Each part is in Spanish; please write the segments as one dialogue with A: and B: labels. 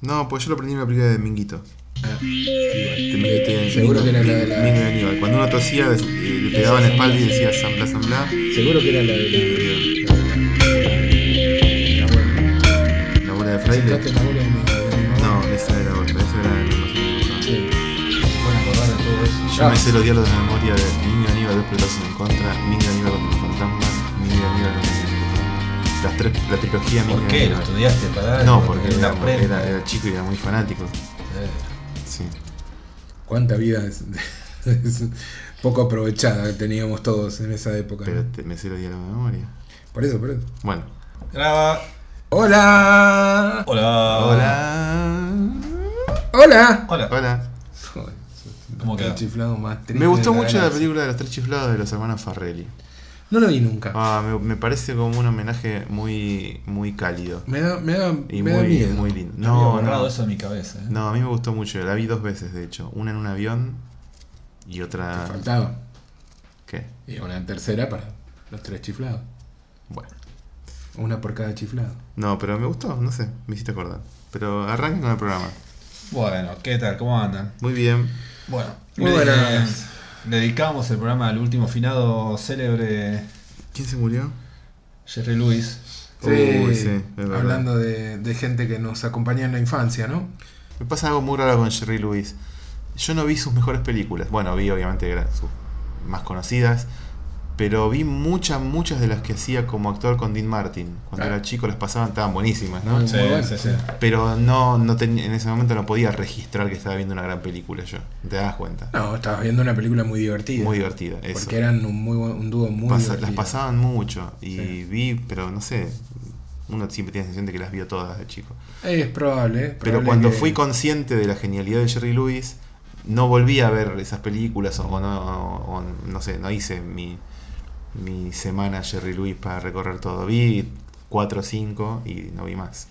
A: No, pues yo lo aprendí en la película de Minguito. Te metiste en
B: Seguro que era la de la-
A: Mingo y Aníbal. Cuando uno tosía, des- eh, le pegaba en la espalda y decía sambla, sambla.
B: Seguro que era la de la. La buena.
A: La bola de fraile.
B: ¿Presentaste la bola de mi, de mi mamá?
A: No, esa era otra, esa era la más
B: Sí. Bueno, acordar de todo eso.
A: Yo me sé los diálogos de memoria de Mingo y Aníbal, dos pelotazos en contra, Mingo y Aníbal con los fantasmas, Mingo y Aníbal con los Las tres, la trilogía Mingo y
C: ¿Por qué? ¿Lo
A: Aníbal.
C: estudiaste para algo?
A: No, porque
C: ¿Tenés una
A: era,
C: prenda?
A: era- era chico y era muy fanático.
C: Eh,
A: Sí.
B: Cuánta vida es- es poco aprovechada que teníamos todos en esa época.
A: Pero
B: ¿no?
A: te- me sé los diálogos de memoria.
B: Por eso, por eso.
A: Bueno.
C: Graba.
B: ¡Hola!
C: Hola.
A: Hola.
B: ¡Hola!
C: Hola.
A: Hola.
B: Joder,
C: ¿Cómo
B: el
C: queda?
B: chiflado más triste
A: Me gustó
B: de
A: mucho la
B: galaxia.
A: película de los tres chiflados de los hermanos Farrelly.
B: No lo vi nunca.
A: Ah, me, me parece como un homenaje muy, muy cálido
B: Me da, me da,
A: y
B: me da
A: muy,
B: miedo.
A: muy lindo.
C: Había
A: No,
C: borrado
A: no,
C: eso de mi cabeza. eh.
A: no, a mí me gustó mucho. La vi dos veces, de hecho. Una en un avión y otra...
B: Faltaba.
A: ¿Qué?
B: Y una tercera para los tres chiflados.
A: Bueno.
B: Una por cada chiflado.
A: No, pero me gustó, no sé, me hiciste acordar. Pero arranquen con el programa.
C: Bueno, ¿qué tal? ¿Cómo andan?
A: Muy bien.
C: Bueno,
B: Muy
C: le-
B: buenas.
C: le dedicamos el programa al último finado célebre
A: ¿Quién se murió?
C: Jerry Lewis.
A: Uy, sí, es verdad.
B: hablando de, de gente que nos acompañó en la infancia, ¿no?
A: Me pasa algo muy raro con Jerry Lewis. Yo no vi sus mejores películas. Bueno, vi obviamente gra- sus más conocidas. Pero vi muchas, muchas de las que hacía como actor con Dean Martin. Cuando
B: Ah. Mm.
A: era chico las pasaban, estaban buenísimas, ¿no?
B: Muy bueno, sí.
A: Pero no, no ten- en ese momento no podía registrar que estaba viendo una gran película yo. ¿Te das cuenta?
B: No, estabas viendo una película muy divertida.
A: Muy divertida. Eso.
B: Ah, Porque eran un, muy, buen- un dúo muy
A: Pasa- las
B: divertido.
A: pasaban mucho y
B: Sí.
A: vi, pero no sé, uno siempre tiene la sensación de que las vio todas de chico.
B: Es probable, eh,
A: Pero
B: probable
A: cuando
B: que-
A: fui consciente de la genialidad de Jerry Lewis, no volví a ver esas películas o, o no, o no sé, no hice mi, mi semana Jerry Lewis para recorrer todo. Vi cuatro o cinco y no vi más.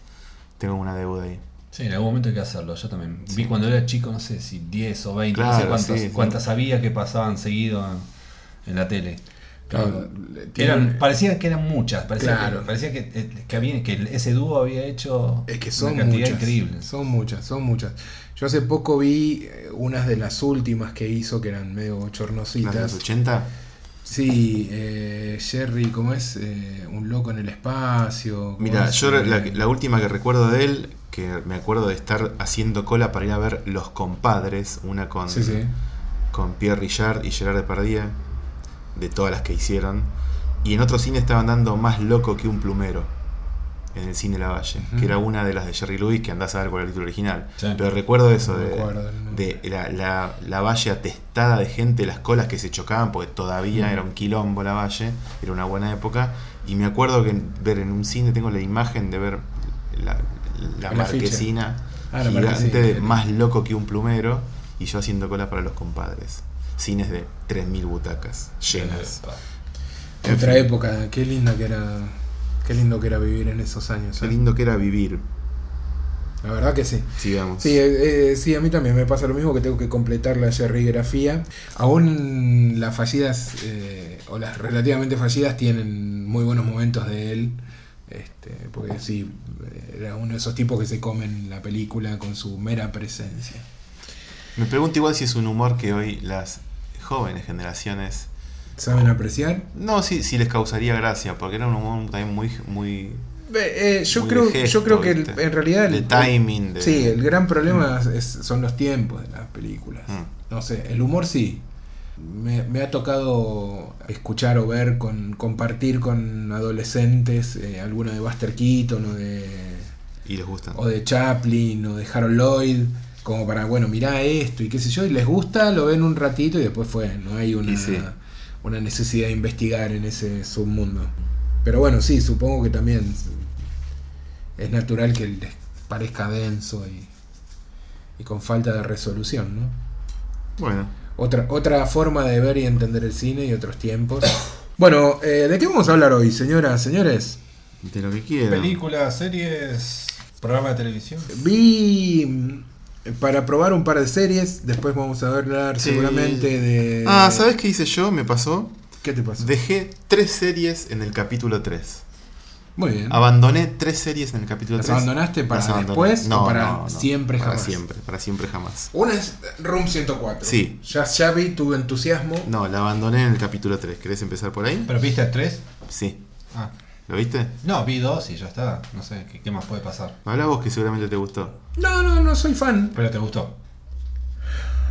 A: Tengo una deuda ahí.
C: Sí, en algún momento hay que hacerlo. Yo también
A: Sí.
C: vi cuando era chico, no sé si 10 o 20, no sé
A: Claro,
C: cuántas,
A: sí, sí.
C: cuántas había que pasaban seguido en- en la tele.
B: Claro, tiene-
C: Eran, parecía que eran muchas, parecía,
B: Claro.
C: que, parecía que, eh, que había- que ese dúo había hecho
B: Es que son
C: una cantidad
B: muchas.
C: increíble.
B: Son muchas, son muchas. Yo hace poco vi eh, unas de las últimas que hizo que eran medio
A: ¿Las de los
B: bochornositas.
A: 80?
B: Sí, eh, Jerry, ¿cómo es? Eh, un loco en el espacio. ¿cómo
A: Mira,
B: es?
A: yo
B: Eh,
A: la, la última que recuerdo de él, que me acuerdo de estar haciendo cola para ir a ver Los Compadres, una con,
B: Sí, sí.
A: con Pierre Richard y Gerard Depardieu, de todas las que hicieron. Y en otro cine estaban dando Más Loco que un Plumero, en el cine La Valle,
B: Ujú.
A: que era una de las de Jerry Lewis, que andás a ver cuál era el título original.
C: Sí.
A: Pero recuerdo eso,
B: No
A: de,
B: me acuerdo el nombre.
A: de la, la- la Valle atestada de gente, las colas que se chocaban, porque todavía era un quilombo La Valle, era una buena época. Y me acuerdo que en- ver en un cine, tengo la imagen de ver la, la
B: El afiche.
A: marquesina
B: Ah, la
A: gigante
B: marquesina.
A: de más loco que un plumero y yo haciendo cola para los compadres. Cines de 3.000 butacas llenas.
C: Epa.
A: en
B: Otra
A: fin.
B: época, qué linda que era. Qué lindo que era vivir en esos años.
A: Qué
B: ¿eh?
A: lindo que era vivir.
B: La verdad que sí.
A: Sigamos.
B: Sí, eh, eh, sí, a mí también me pasa lo mismo que tengo que completar la jerrigrafía. Aún las fallidas eh, o las relativamente fallidas tienen muy buenos momentos de él. Este, porque sí, era uno de esos tipos que se comen la película con su mera presencia.
A: Me pregunto igual si es un humor que hoy las jóvenes generaciones
B: ¿Saben apreciar?
A: No, sí, sí les causaría gracia, porque era un humor también muy... muy
B: Eh, eh, yo,
A: Muy
B: creo,
A: de gesto,
B: yo creo que el-
A: ¿viste?
B: en realidad...
A: de
B: el-
A: timing, de...
B: Sí, el gran problema es- son los tiempos de las películas.
A: Mm.
B: No sé, el humor sí. Me, me ha tocado escuchar o ver, con, compartir con adolescentes eh, alguno de Buster Keaton o de,
A: Y les gusta.
B: o de Chaplin o de Harold Lloyd, como para, bueno, mirá esto y qué sé yo, y les gusta, lo ven un ratito y después fue, no hay una,
A: Y sí.
B: una necesidad de investigar en ese submundo. Pero bueno, sí, supongo que también es natural que les parezca denso y, y con falta de resolución, ¿no?
A: Bueno,
B: Otra, otra forma de ver y entender el cine y otros tiempos. Bueno, eh, ¿de qué vamos a hablar hoy, señoras, señores?
A: de lo que quieran.
C: Películas, series, programa de televisión.
B: Vi mm, para probar un par de series, después vamos a hablar
A: Sí.
B: seguramente de...
A: Ah, ¿sabes qué hice yo? Me pasó.
B: ¿Qué te pasó?
A: Dejé tres series en el capítulo 3.
B: Muy bien.
A: Abandoné tres series en el capítulo
B: ¿Las
A: 3.
B: abandonaste para después o para siempre
A: para
B: jamás?
A: siempre, para siempre jamás.
B: Una es Room 104.
A: Sí.
B: Ya, ya vi tu entusiasmo.
A: No, la abandoné en el capítulo 3. ¿Querés empezar por ahí?
C: ¿Pero viste tres?
A: Sí.
C: Ah.
A: ¿Lo viste?
C: No, vi dos y ya está. No sé, ¿qué, qué más puede pasar?
A: Me habla vos que seguramente te gustó.
B: No, no, no soy fan.
C: Pero te gustó.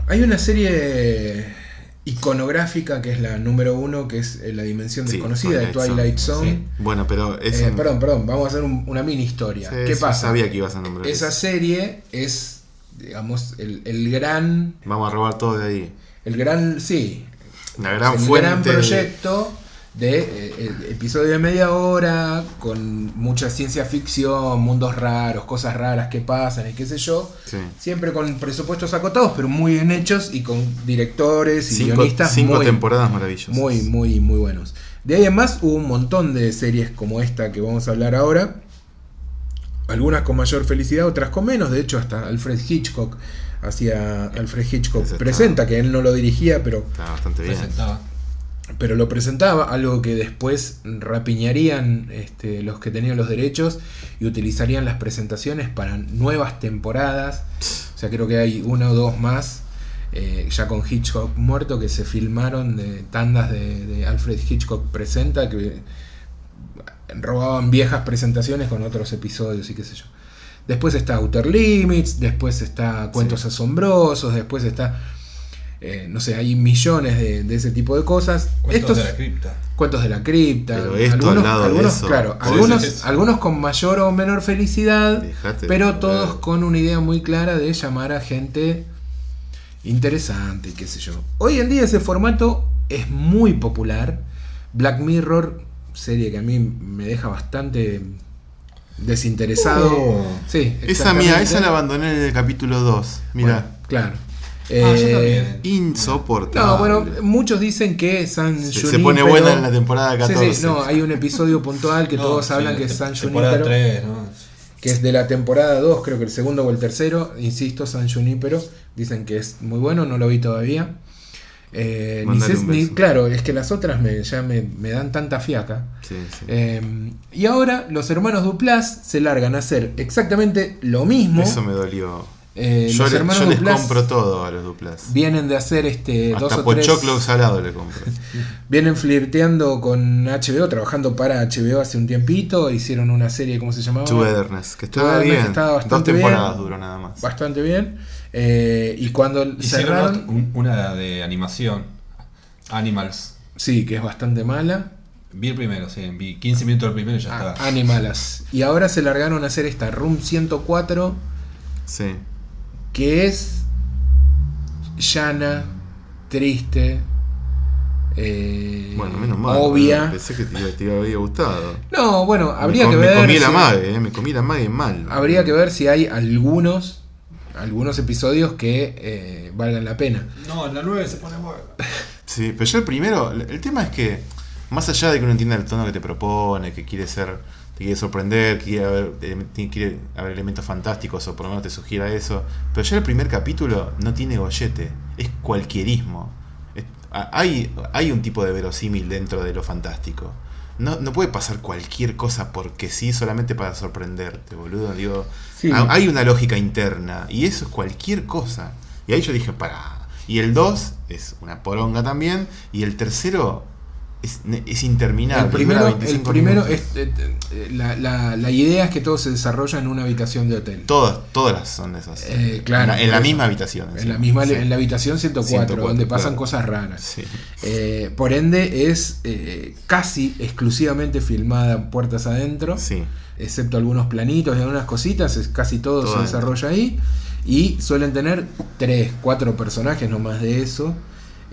B: Hay una serie iconográfica que es la número uno, que es eh, La Dimensión
A: Sí,
B: Desconocida de
A: Twilight
B: Twilight Zone.
C: Zone,
A: Bueno, pero es
B: Eh,
A: un-
B: Perdón, perdón, vamos a hacer un- una mini historia.
A: Sí,
B: ¿Qué
A: sí,
B: pasa?
A: Sabía que ibas a nombrar.
B: Esa
A: eso.
B: serie es, digamos, el, el gran.
A: Vamos a robar todo de ahí.
B: El gran. Sí.
A: La gran
B: el
A: fuente.
B: gran
A: de-
B: proyecto de eh, el episodio de media hora con mucha ciencia ficción, mundos raros, cosas raras que pasan y qué sé yo.
A: Sí.
B: Siempre con presupuestos acotados, pero muy bien hechos y con directores y
A: Cinco,
B: guionistas
A: cinco
B: muy,
A: temporadas maravillosas.
B: muy, muy, muy buenos. De ahí en más hubo un montón de series como esta que vamos a hablar ahora. Algunas con mayor felicidad, otras con menos. De hecho, hasta Alfred Hitchcock hacía Alfred Hitchcock
A: Ese está-
B: presenta, que él no lo dirigía, pero,
A: Está bastante bien.
C: Presentaba.
B: pero lo presentaba, algo que después rapiñarían este, los que tenían los derechos y utilizarían las presentaciones para nuevas temporadas. O sea, creo que hay una o dos más, eh, ya con Hitchcock muerto, que se filmaron de tandas de, de Alfred Hitchcock Presenta, que robaban viejas presentaciones con otros episodios y qué sé yo. Después está Outer Limits, después está Cuentos
A: Sí.
B: Asombrosos, después está, eh, no sé, hay millones de, de ese tipo de cosas. Estos
C: Cuentos de la cripta.
B: cuentos de la cripta,
A: Pero esto al lado de
B: algunos,
A: eso,
B: claro,
A: sí,
B: algunos,
C: sí, sí.
B: algunos con mayor o menor felicidad,
A: Dejate de
B: pero
A: joder.
B: todos con una idea muy clara de llamar a gente interesante y qué sé yo. Hoy en día ese formato es muy popular. Black Mirror, serie que a mí me deja bastante desinteresado.
C: Oh.
B: Sí,
A: Esa mía,
B: exactamente.
A: esa la abandoné en el capítulo 2. Mira,
B: Bueno, claro.
C: Ah, yo
B: Eh,
C: también.
A: insoportable.
B: no, bueno, muchos dicen que San
A: Ah, se, se
B: Junípero-
A: pone buena en la temporada
B: Sí,
A: 14.
B: sí, no, hay un episodio puntual que
C: No,
B: todos
C: sí,
B: hablan que
C: te-
B: es San
C: temporada
B: Junípero,
C: tres, ¿no?
B: que es de la temporada 2, creo que el segundo o el tercero, insisto, San Junípero, dicen que es muy bueno, no lo vi todavía. Eh, ni
A: Mandale
B: sé-
A: un
B: ni-
A: beso.
B: claro, es que las otras me, ya me, me dan tanta fiaca.
A: Sí, sí.
B: Eh, y ahora los hermanos Duplass se largan a hacer exactamente lo mismo.
A: Eso me dolió.
B: Eh,
A: yo
B: los
A: le-
B: hermanos
A: yo les
B: Duplass
A: compro todo a los duplas.
B: vienen de hacer este dos
A: Hasta
B: o tres-
A: pochoclo salado le compro.
B: Vienen flirteando con HBO, trabajando para HBO hace un tiempito. Hicieron una serie, ¿cómo se llamaba?
A: Two Etherness, que estaba
B: Etherness
A: bien.
B: estaba
A: Dos
B: bastante
A: temporadas
B: bien.
A: duró nada más.
B: Bastante bien. Eh, y cuando
C: Hicieron
B: cerraron.
C: ot- un- una de animación. Animals.
B: Sí, que es bastante mala.
C: Vi el primero, sí. Vi 15 minutos del primero y ya
B: Ah,
C: está.
B: animalas. Y ahora se largaron a hacer esta Room 104,
A: Sí.
B: que es llana, triste, eh,
A: Bueno, menos mal.
B: obvia.
A: boludo. Pensé que te, iba- te iba- había gustado.
B: No, bueno, habría
A: me,
B: que
A: com-
B: ver.
A: Me comí
B: si-
A: la madre, eh, me comí la madre mal.
B: Habría que ver si hay algunos algunos episodios que eh, valgan la pena.
C: No, en la 9 se pone buena.
A: Sí, pero yo el primero, el el tema es que, más allá de que uno entienda el tono que te propone, que quiere ser, te quiere sorprender, que quiere haber, ele- tiene- quiere haber elementos fantásticos o por lo menos te sugiera eso, pero ya el primer capítulo no tiene gollete, es cualquierismo. Es- a- hay, hay un tipo de verosímil dentro de lo fantástico. No, no puede pasar cualquier cosa porque sí, solamente para sorprenderte, boludo. Digo,
B: Sí.
A: ha- Ah, hay una lógica interna y eso es cualquier cosa. Y ahí yo dije, pará. Y el 2 es una poronga también. Y el tercero es, es interminable.
B: el primero,
A: dura
B: el
A: 25
B: primero
A: minutos.
B: es, eh, eh, la, la- la idea es que todo se desarrolla en una habitación de hotel.
A: Todas, todas son esas.
B: Eh, claro,
A: En la, en la
B: por eso.
A: misma habitación.
B: en, la
A: encima.
B: misma,
A: Sí.
B: en la habitación 104,
A: 104,
B: donde pasan
A: claro.
B: cosas raras.
A: Sí.
B: Eh, por ende, es eh, casi exclusivamente filmada puertas adentro,
A: Sí.
B: excepto algunos planitos y algunas cositas, es casi todo,
A: Todo
B: se
A: adentro.
B: desarrolla ahí. Y suelen tener 3, 4 personajes, no más de eso.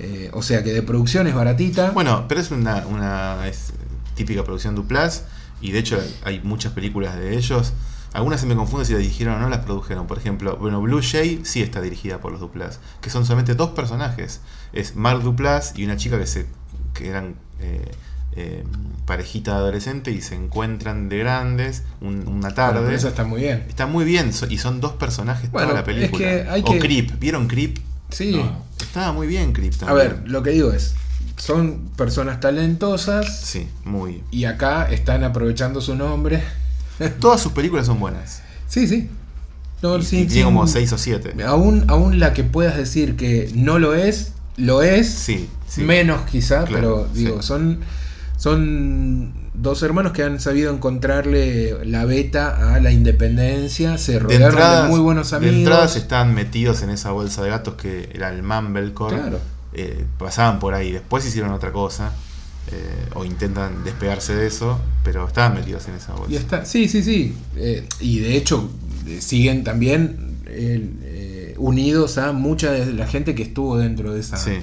B: Eh, o sea que de producción es baratita.
A: Bueno, pero es una, una es típica producción Duplas. Y de hecho hay muchas películas de ellos. Algunas se me confunden si las dirigieron o no las produjeron. Por ejemplo, bueno, Blue Jay sí está dirigida por los Duplas. Que son solamente dos personajes. Es Mark Duplas y una chica que se que eran eh, eh, parejita de adolescente y se encuentran de grandes un- una
B: Bueno,
A: tarde.
B: pero eso está muy bien.
A: Está muy bien so- y son dos personajes
B: Bueno,
A: toda la
B: es
A: película.
B: que hay
A: o
B: que-
A: Creep. ¿Vieron Creep?
B: Sí.
C: No.
A: Estaba muy bien Creep
B: A
A: también.
B: ver, lo que digo es, Son personas talentosas
A: Sí, muy.
B: y acá están aprovechando su nombre.
A: Todas sus películas son buenas.
B: Sí, sí. No,
A: Y-
B: sí,
A: y
B: sí.
A: tiene como 6 o 7.
B: Aún, aún la que puedas decir que no lo es, lo es.
A: Sí, sí.
B: Menos quizá,
A: Claro,
B: pero digo,
A: sí.
B: son, son dos hermanos que han sabido encontrarle la beta a la independencia, se
A: de
B: rodearon de,
A: entradas,
B: muy buenos
A: de
B: amigos.
A: entradas están metidos en esa bolsa de gatos que era el Mumblecore.
B: Claro.
A: Eh, pasaban por ahí, después hicieron otra cosa. eh, o intentan despegarse de eso, pero estaban metidos en esa bolsa.
B: Y está, sí, sí, sí. eh, y de hecho, eh, siguen también eh, eh, unidos a mucha de la gente que estuvo dentro de esa,
A: Sí.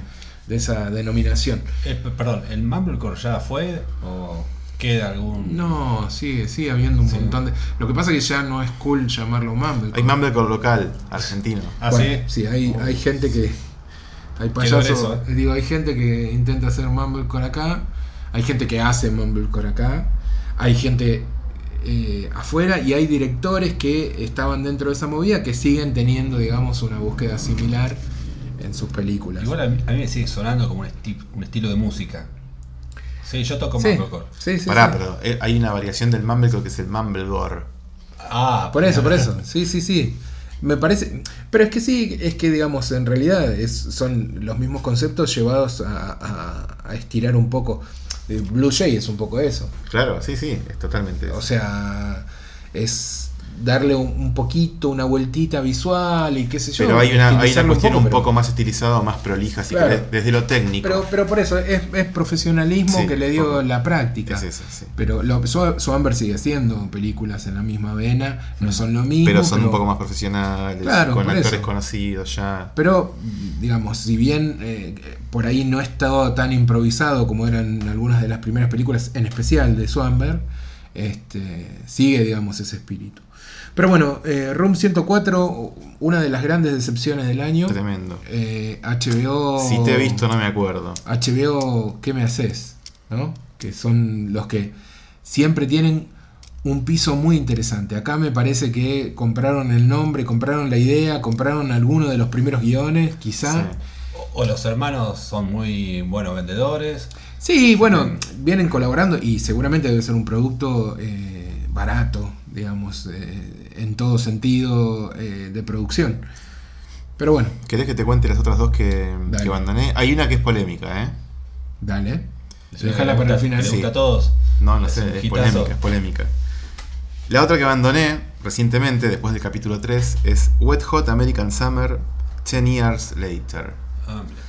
B: de esa denominación.
C: Eh, p- perdón, ¿el Mumblecore ya fue o queda algún.?
B: No, sigue, sigue habiendo un
C: Sí.
B: montón de. Lo que pasa es que ya no es cool llamarlo Mumble.
A: Hay Mumblecore local, argentino.
C: Ah,
B: Bueno,
C: sí.
B: sí, hay, hay gente que. Hay
C: duele
B: payasos.
C: eso, eh.
B: Digo, hay gente que intenta hacer Mumblecore acá. Hay gente que hace Mumblecore acá. Hay gente eh, afuera y hay directores que estaban dentro de esa movida que siguen teniendo, digamos, una búsqueda similar en sus películas.
C: Igual a mí, a mí me sigue sonando como un, esti- un estilo de música. Sí, yo toco
B: sí,
C: Mumblecore.
B: sí, sí,
A: Pará,
B: sí.
A: pero eh, hay una variación del Mumblecore que es el Mumblegore.
C: Ah,
B: Por eso, por
C: mira.
B: eso. Sí, sí, sí. Me parece. Pero es que sí, es que digamos, en realidad es- son los mismos conceptos llevados a, a- a estirar un poco. Eh, Blue Jay es un poco eso.
A: Claro, sí, sí, es totalmente. eso.
B: O sea, es darle un, un poquito, una vueltita visual y qué sé yo.
A: pero hay una, hay una
B: estilizarlo
A: cuestión un poco,
B: pero-
A: más estilizada, más prolija, así
B: Claro.
A: que de- desde lo técnico.
B: Pero, pero por eso, es, es profesionalismo
A: Sí,
B: que le dio
A: poco.
B: la práctica.
A: es eso, sí.
B: Pero lo, Swa- Swanberg sigue haciendo películas en la misma vena, no son lo mismo.
A: Pero son un poco más profesionales,
B: Claro,
A: con
B: por
A: actores
B: eso.
A: conocidos ya.
B: Pero, digamos, si bien eh, por ahí no estaba tan improvisado como eran algunas de las primeras películas, en especial de Swanberg, este, sigue, digamos, ese espíritu. Pero bueno, eh, Room 104, una de las grandes decepciones del año.
A: Tremendo.
B: Eh, HBO.
A: Si te he visto, no me acuerdo.
B: HBO, ¿qué me haces? ¿No? Que son los que siempre tienen un piso muy interesante. Acá me parece que compraron el nombre, compraron la idea, compraron alguno de los primeros guiones, quizá.
C: O, o los hermanos son muy buenos vendedores.
B: Sí, bueno, vienen colaborando y seguramente debe ser un producto eh, barato, digamos, eh, en todo sentido eh, de producción. Pero bueno,
A: Sí. ¿Querés que te cuente las otras dos que,
B: Dale.
A: que abandoné? Hay una que es polémica, ¿eh?
B: dale.
C: Les
B: Déjala
C: gusta-
B: para el final.
C: les
A: Sí.
C: gusta a todos.
A: No, no
C: Es un
A: sé, es
C: hitazo.
A: polémica, es polémica. La otra que abandoné recientemente, después del capítulo 3, es Wet Hot American Summer 10 Years Later.
C: Ah, mira.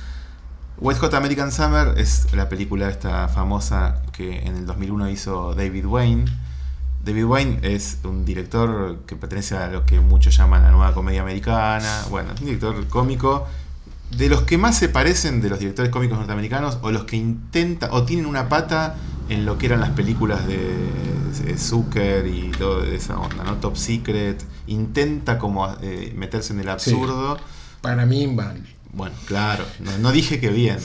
A: Wet Hot American Summer es la película esta famosa que en el 2001 hizo David Wayne. David Wayne es un director que pertenece a lo que muchos llaman la nueva comedia americana. Bueno, es un director cómico de los que más se parecen de los directores cómicos norteamericanos o los que intentan o tienen una pata en lo que eran las películas de eh, Zucker y todo de esa onda, ¿no? Top Secret. Intenta como eh, meterse en el
B: Sí.
A: absurdo.
B: Para mí, mal.
A: Bueno, claro, no, no dije que bien.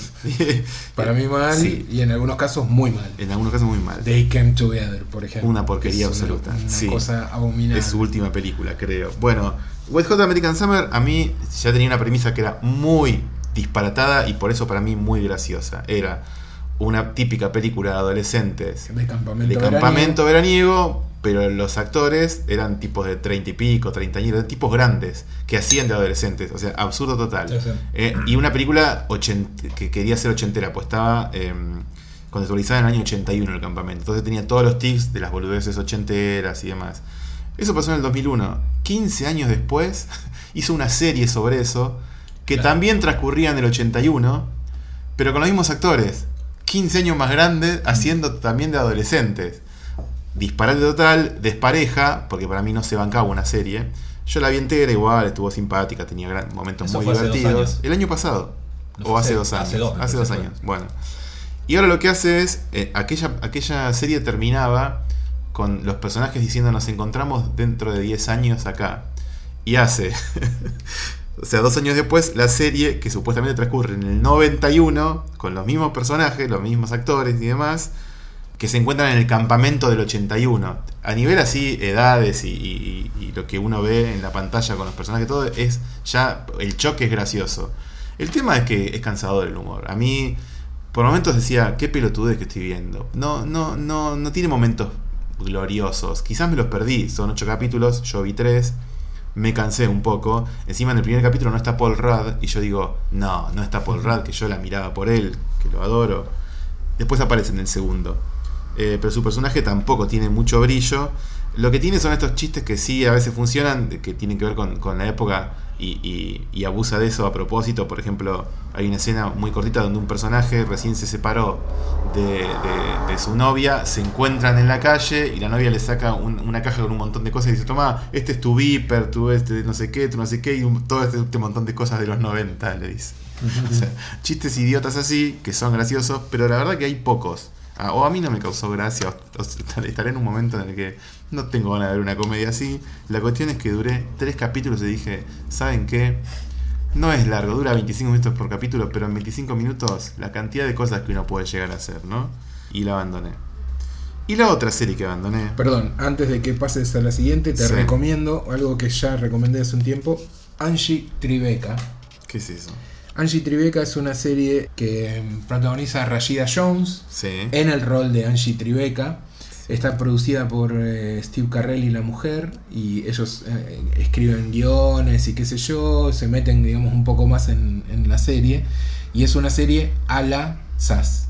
B: Para mí, mal.
A: Sí.
B: Y en algunos casos, muy mal.
A: En algunos casos muy mal.
B: They Came Together, por ejemplo.
A: Una porquería
B: Es una-
A: absoluta,
B: Una
A: sí.
B: cosa abominable.
A: Es su última película, creo. Bueno, Wet Hot American Summer a mí ya tenía una premisa que era muy disparatada y por eso para mí muy graciosa. Era una típica película de adolescentes
B: de campamento.
A: de
B: veraniego.
A: campamento veraniego, pero los actores eran tipos de 30 y pico, 30 años, tipos grandes que hacían de adolescentes. O sea, absurdo total.
C: Sí, sí.
A: Eh, y una película ochent- que quería ser ochentera, pues estaba eh, contextualizada en el año 81 el campamento. Entonces tenía todos los tics de las boludeces ochenteras y demás. Eso pasó en el 2001. 15 años después hizo una serie sobre eso que
C: Claro.
A: también transcurría en el 81, pero con los mismos actores. 15 años más grandes haciendo también de adolescentes. Disparate total, despareja, porque para mí no se bancaba una serie. Yo la vi entera igual, estuvo simpática, tenía gran- momentos
C: Eso
A: muy
C: fue hace dos
A: divertidos.
C: años.
A: El año pasado.
C: No,
A: o
C: fue
A: hace
C: hace-
A: dos años.
C: hace
A: Hace
C: dos,
A: dos,
C: me parece que
A: años. Bueno. Y ahora lo que hace es. eh, aquella, aquella serie terminaba con los personajes diciendo nos encontramos dentro de 10 años acá. Y hace. o sea, dos años después, la serie que supuestamente transcurre en el 91, con los mismos personajes, los mismos actores y demás, que se encuentran en el campamento del 81. A nivel así, edades y, y- y lo que uno ve en la pantalla con los personajes, todo es ya. El choque es gracioso. El tema es que es cansador el humor. A mí Por momentos decía, qué pelotudez que estoy viendo. No, no, no, no tiene momentos gloriosos. Quizás me los perdí. Son ocho capítulos, yo vi tres. Me cansé un poco. Encima en el primer capítulo no está Paul Rudd. Y yo digo, no, no está Paul Rudd, que yo la miraba por él, que lo adoro. Después aparece en el segundo. Eh, pero su personaje tampoco tiene mucho brillo. Lo que tiene son estos chistes que sí a veces funcionan, de que tienen que ver con, con la época y, y- y abusa de eso a propósito. Por ejemplo, hay una escena muy cortita donde un personaje recién se separó de, de- de su novia, se encuentran en la calle y la novia le saca un- una caja con un montón de cosas y dice, toma, este es tu viper, tú este no sé qué, tú no sé qué, y un- todo este, este montón de cosas de los 90, le dice. O sea, chistes idiotas así, que son graciosos, pero la verdad que hay pocos. Ah, o a mí no me causó gracia, o- o estar- estaré en un momento en el que no tengo ganas de ver una comedia así. La cuestión es que duré tres capítulos y dije, ¿saben qué? No es largo, dura 25 minutos por capítulo, pero en 25 minutos la cantidad de cosas que uno puede llegar a hacer, ¿no? Y la abandoné. Y la otra serie que abandoné,
B: Perdón, antes de que pases a la siguiente, te
A: Sí.
B: recomiendo algo que ya recomendé hace un tiempo: Angie Tribeca.
A: ¿qué es eso?
B: Angie Tribeca es una serie que em, protagoniza a Rashida Jones
A: Sí.
B: en el rol de Angie Tribeca. Está producida por eh, Steve Carrell y la mujer, y ellos eh, escriben guiones y qué sé yo, se meten, digamos, un poco más en, en la serie. Y es una serie a la SAS.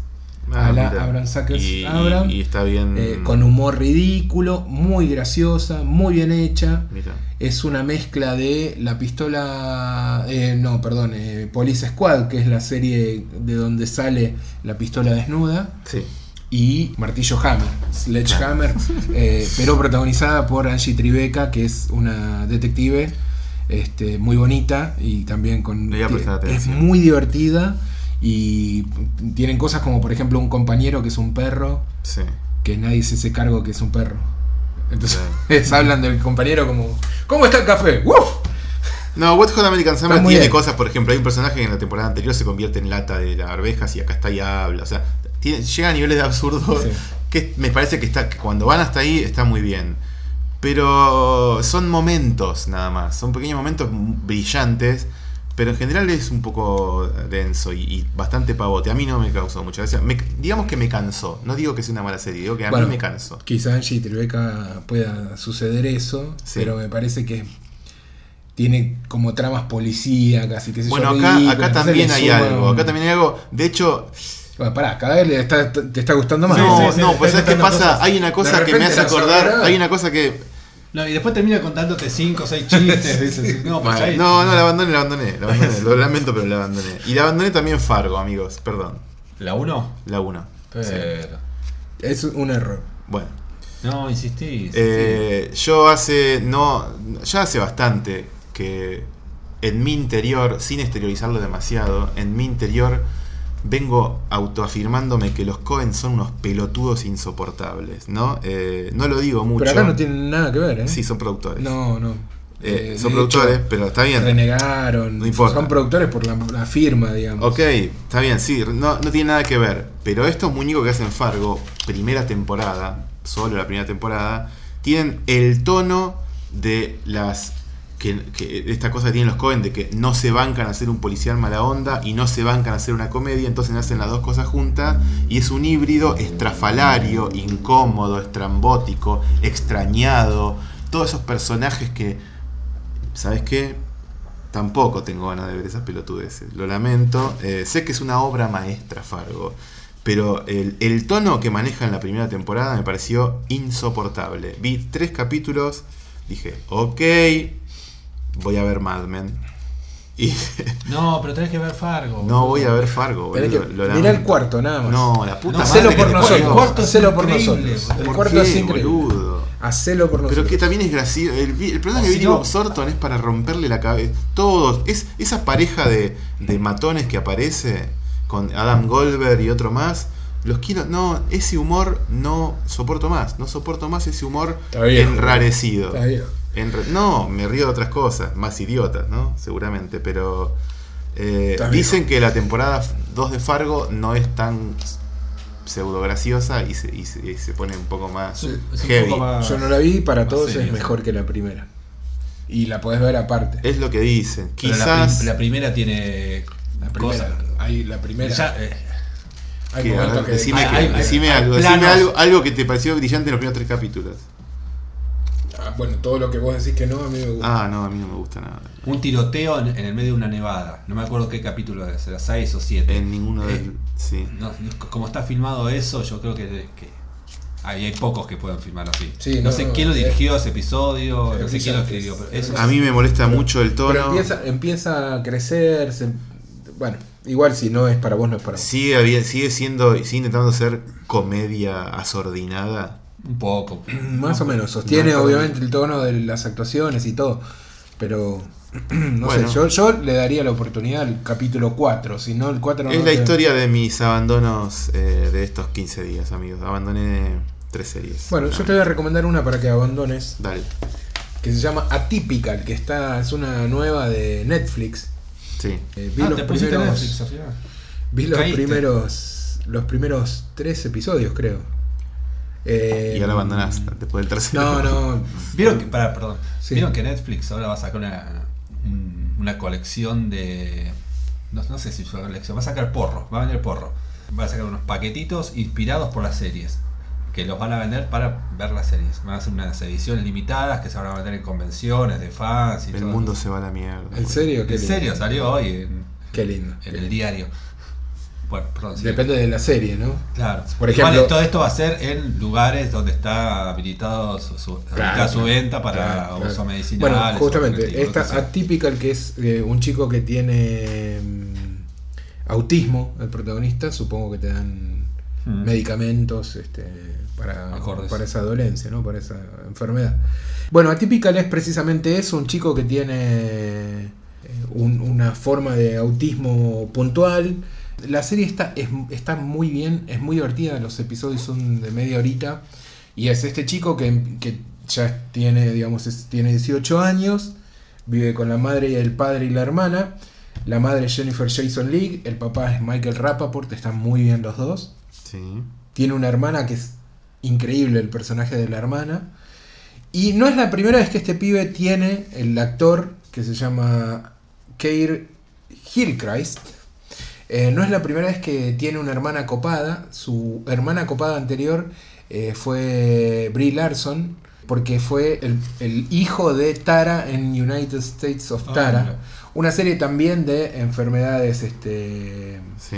A: Ah,
B: a la
A: mira.
B: Abraham Sackers
A: y, y-
B: Abraham,
A: y está bien.
B: eh, con humor ridículo, muy graciosa, muy bien hecha.
A: Mira.
B: Es una mezcla de la pistola. eh, no, perdón, eh, Police Squad, que es la serie de donde sale la pistola desnuda
A: Sí.
B: y Martillo Hammer, Sledgehammer, eh, pero protagonizada por Angie Tribeca, que es una detective este, muy bonita y también con...
A: Le voy a prestar
B: tie- es
A: atención.
B: muy divertida y tienen cosas como por ejemplo un compañero que es un perro,
A: Sí.
B: que nadie se hace cargo que es un perro. Entonces
A: Claro.
B: es- hablan del compañero como, ¿cómo está el café? ¡Uf!
A: No, What Hot American Summer
B: muy
A: tiene
B: bien.
A: cosas, por ejemplo, hay un personaje que en la temporada anterior se convierte en lata de las arvejas y acá está y habla. O sea, tiene- llega a niveles de absurdo
B: Sí.
A: que me parece que está que cuando van hasta ahí está muy bien. Pero son momentos nada más, son pequeños momentos brillantes, pero en general es un poco denso y, y bastante pavote. A mí no me causó mucha gracia. Me- digamos que me cansó, no digo que sea una mala serie, digo que a
B: Bueno.
A: mí me cansó.
B: Quizá Angie Tribeca pueda suceder eso,
A: Sí.
B: pero me parece que tiene como tramas policíacas y qué sé
A: Bueno,
B: yo.
A: acá,
B: ridículas,
A: acá
B: entonces
A: también
B: le
A: hay
B: suman-
A: algo, acá también hay algo. De hecho,
B: Bueno, pará, cada vez le está- te está gustando más.
A: No,
B: Sí, sí,
A: no,
B: sí,
A: pues
B: está
A: ¿sabes qué
B: gustando
A: pasa?
B: cosas.
A: Hay una cosa
B: De
A: que me
B: repente
A: hace
B: la
A: acordar,
B: soledad-
A: hay una cosa que...
C: No, y después termina contándote 5 o 6 chistes. dices, no, pues
A: Mal.
C: ahí-
A: No, no, la abandoné, la abandoné, la abandoné, lo lamento, pero la abandoné. Y la abandoné también Fargo, amigos, perdón,
C: La 1.
A: la 1.
B: Eh,
C: Pero.
B: Es un error.
A: Bueno,
C: No, insistí. insistí.
A: eh, yo hace, no, ya hace bastante que en mi interior, sin exteriorizarlo demasiado, en mi interior vengo autoafirmándome que los Cohen son unos pelotudos insoportables, ¿no? Eh, no lo digo mucho.
B: Pero acá no tienen nada que ver, ¿eh?
A: Sí, son productores.
B: No, no.
A: Eh,
B: Eh,
A: son
B: de
A: productores,
B: hecho,
A: pero está bien.
B: Renegaron.
A: No importa.
B: Son productores por la, la firma, digamos.
A: Ok, está bien, sí, no, no tiene nada que ver. Pero estos muñecos que hacen Fargo, primera temporada, solo la primera temporada, tienen el tono de las. Que, que esta cosa que tienen los Cohen de que no se bancan a hacer un policial mala onda y no se bancan a hacer una comedia, entonces hacen las dos cosas juntas y es un híbrido estrafalario, incómodo, estrambótico, extrañado. Todos esos personajes que, ¿sabes qué? Tampoco tengo ganas de ver esas pelotudeces. Lo lamento. Eh, sé que es una obra maestra, Fargo. Pero el, el tono que maneja en la primera temporada me pareció insoportable. Vi tres capítulos, dije, ok, voy a ver Mad Men. Y
C: No, pero tenés que ver Fargo.
A: no voy a ver Fargo,
B: Tenés
A: boludo,
B: que-
A: lo
B: mirá
A: lamento.
B: el cuarto, nada más.
A: No, la puta
C: No,
A: madre
B: Hacelo
A: que
B: por
A: te
B: nosotros.
A: parió.
C: cuarto es
B: Hacelo por
C: increíble,
B: nosotros. El
A: ¿Por
B: cuarto
A: qué,
B: es increíble.
A: boludo?
B: Hacelo por
A: Pero
B: nosotros.
A: que también es gracioso. El, vi- el problema
C: O
A: que
C: si
A: viene
C: no-
A: Bob Sorton es para romperle la cabeza. Todos. Es, esa pareja de, de matones que aparece con Adam Goldberg y otro más. Los quiero. No, ese humor no soporto más. No soporto más ese humor
B: Está bien.
A: enrarecido.
B: Está bien.
A: Enra- no, me río de otras cosas. Más idiotas, ¿no? Seguramente. Pero. eh,
B: Está bien.
A: dicen que la temporada 2 de Fargo no es tan pseudo graciosa y se, y se- y se pone un poco más
C: Es un- es un
A: heavy.
C: poco más-
B: Yo no la vi, para
C: Más
B: todos es
C: serio.
B: mejor que la primera. Y la podés ver aparte.
A: Es lo que dicen.
C: Pero la prim-
A: Quizás.
C: La, primera tiene.
B: La primera.
C: cosas.
B: Ahí, la primera.
C: Ya, eh,
B: Hay
A: Que, a
B: momentos
A: ver,
B: que-
A: decime
C: hay-
A: que-
C: hay-
A: decime
C: hay
A: algo,
C: planos.
A: decime algo, algo que te pareció brillante en los primeros tres capítulos.
B: Ah, bueno, todo lo que vos decís que no, a mí me gusta.
A: Ah, no, a mí no me gusta nada.
C: Un tiroteo en, en el medio de una nevada. No me acuerdo qué capítulo es, era 6 o 7.
A: En ninguno de
C: Eh.
A: Sí.
C: No, no, como está filmado eso, yo creo que, que hay, hay pocos que puedan filmarlo así.
B: Sí,
C: no,
B: no,
C: sé
B: no,
C: quién lo
B: eh,
C: dirigió ese episodio,
B: eh,
C: no sé quién lo
B: quizás-
C: escribió, pero eso
A: A mí me molesta mucho el tono.
B: Pero empieza, empieza a crecer. se- em-, bueno, igual si no es para vos, no es para vos.
A: Sigue, habi- sigue siendo, sigue intentando ser comedia asordinada.
C: un poco.
B: Más o menos. Sostiene
A: No, no.
B: obviamente el tono de las actuaciones y todo. Pero. No
A: Bueno.
B: sé, yo, yo le daría la oportunidad al capítulo 4. Si no, el 4
A: es
B: no
A: la
B: te-
A: historia de mis abandonos eh, de estos 15 días, amigos. Abandoné tres series. Ah,
B: Bueno, yo te voy a recomendar una para que abandones.
A: Dale.
B: Que se llama Atypical. Que está, es una nueva de Netflix.
A: Sí.
B: Eh, vi
C: Ah,
B: los
C: te pusiste
B: primeros-
C: Netflix al final.
B: Vi los
C: Caíste.
B: primeros, los primeros tres episodios, creo. Eh,
A: Y ahora abandonás después del tercero.
B: No, no.
C: Vieron que, pará, perdón.
B: Sí.
C: Vieron que Netflix ahora va a sacar una, un- una colección de. No, no sé si es una colección, va a sacar porro, va a vender porro. Va a sacar unos paquetitos inspirados por las series. Que los van a vender para ver las series. Van a hacer unas ediciones limitadas que se van a vender en convenciones de fans y
A: El
C: todo.
A: mundo se va a la mierda.
B: ¿En serio? Qué
C: En
B: lindo.
C: serio, salió hoy en,
B: Qué lindo.
C: en el diario. Bueno, perdón. sí.
B: Depende de la serie, ¿no?
C: Claro.
B: Por
C: Por
B: ejemplo-
C: todo esto va a ser en lugares donde está habilitado su, su- habilitada su venta para
B: Claro,
C: uso
B: claro.
C: medicinal.
B: Bueno,
C: o
B: justamente,
C: recreativo, lo que
B: esta
C: sea.
B: Atypical, que es eh, un chico que tiene mm, autismo, el protagonista, supongo que te dan
C: Mm.
B: medicamentos este, para,
C: Acordes.
B: para esa dolencia, ¿no? Para esa enfermedad. Bueno, Atypical es precisamente eso, un chico que tiene eh, un- una forma de autismo puntual. La serie está, es- está muy bien, es muy divertida, los episodios son de media horita. Y es este chico que, que ya tiene, digamos, es- tiene 18 años, vive con la madre y el padre y la hermana. La madre es Jennifer Jason Leigh, el papá es Michael Rappaport, están muy bien los dos.
A: Sí.
B: Tiene una hermana que es increíble el personaje de la hermana. Y no es la primera vez que este pibe tiene el actor que se llama Keir Hillcrest. Eh, no es la primera vez que tiene una hermana copada. Su hermana copada anterior eh, fue Brie Larson, porque fue el, el hijo de Tara en United States of
C: Ah,
B: Tara.
C: mira.
B: una serie también de enfermedades este,
A: Sí.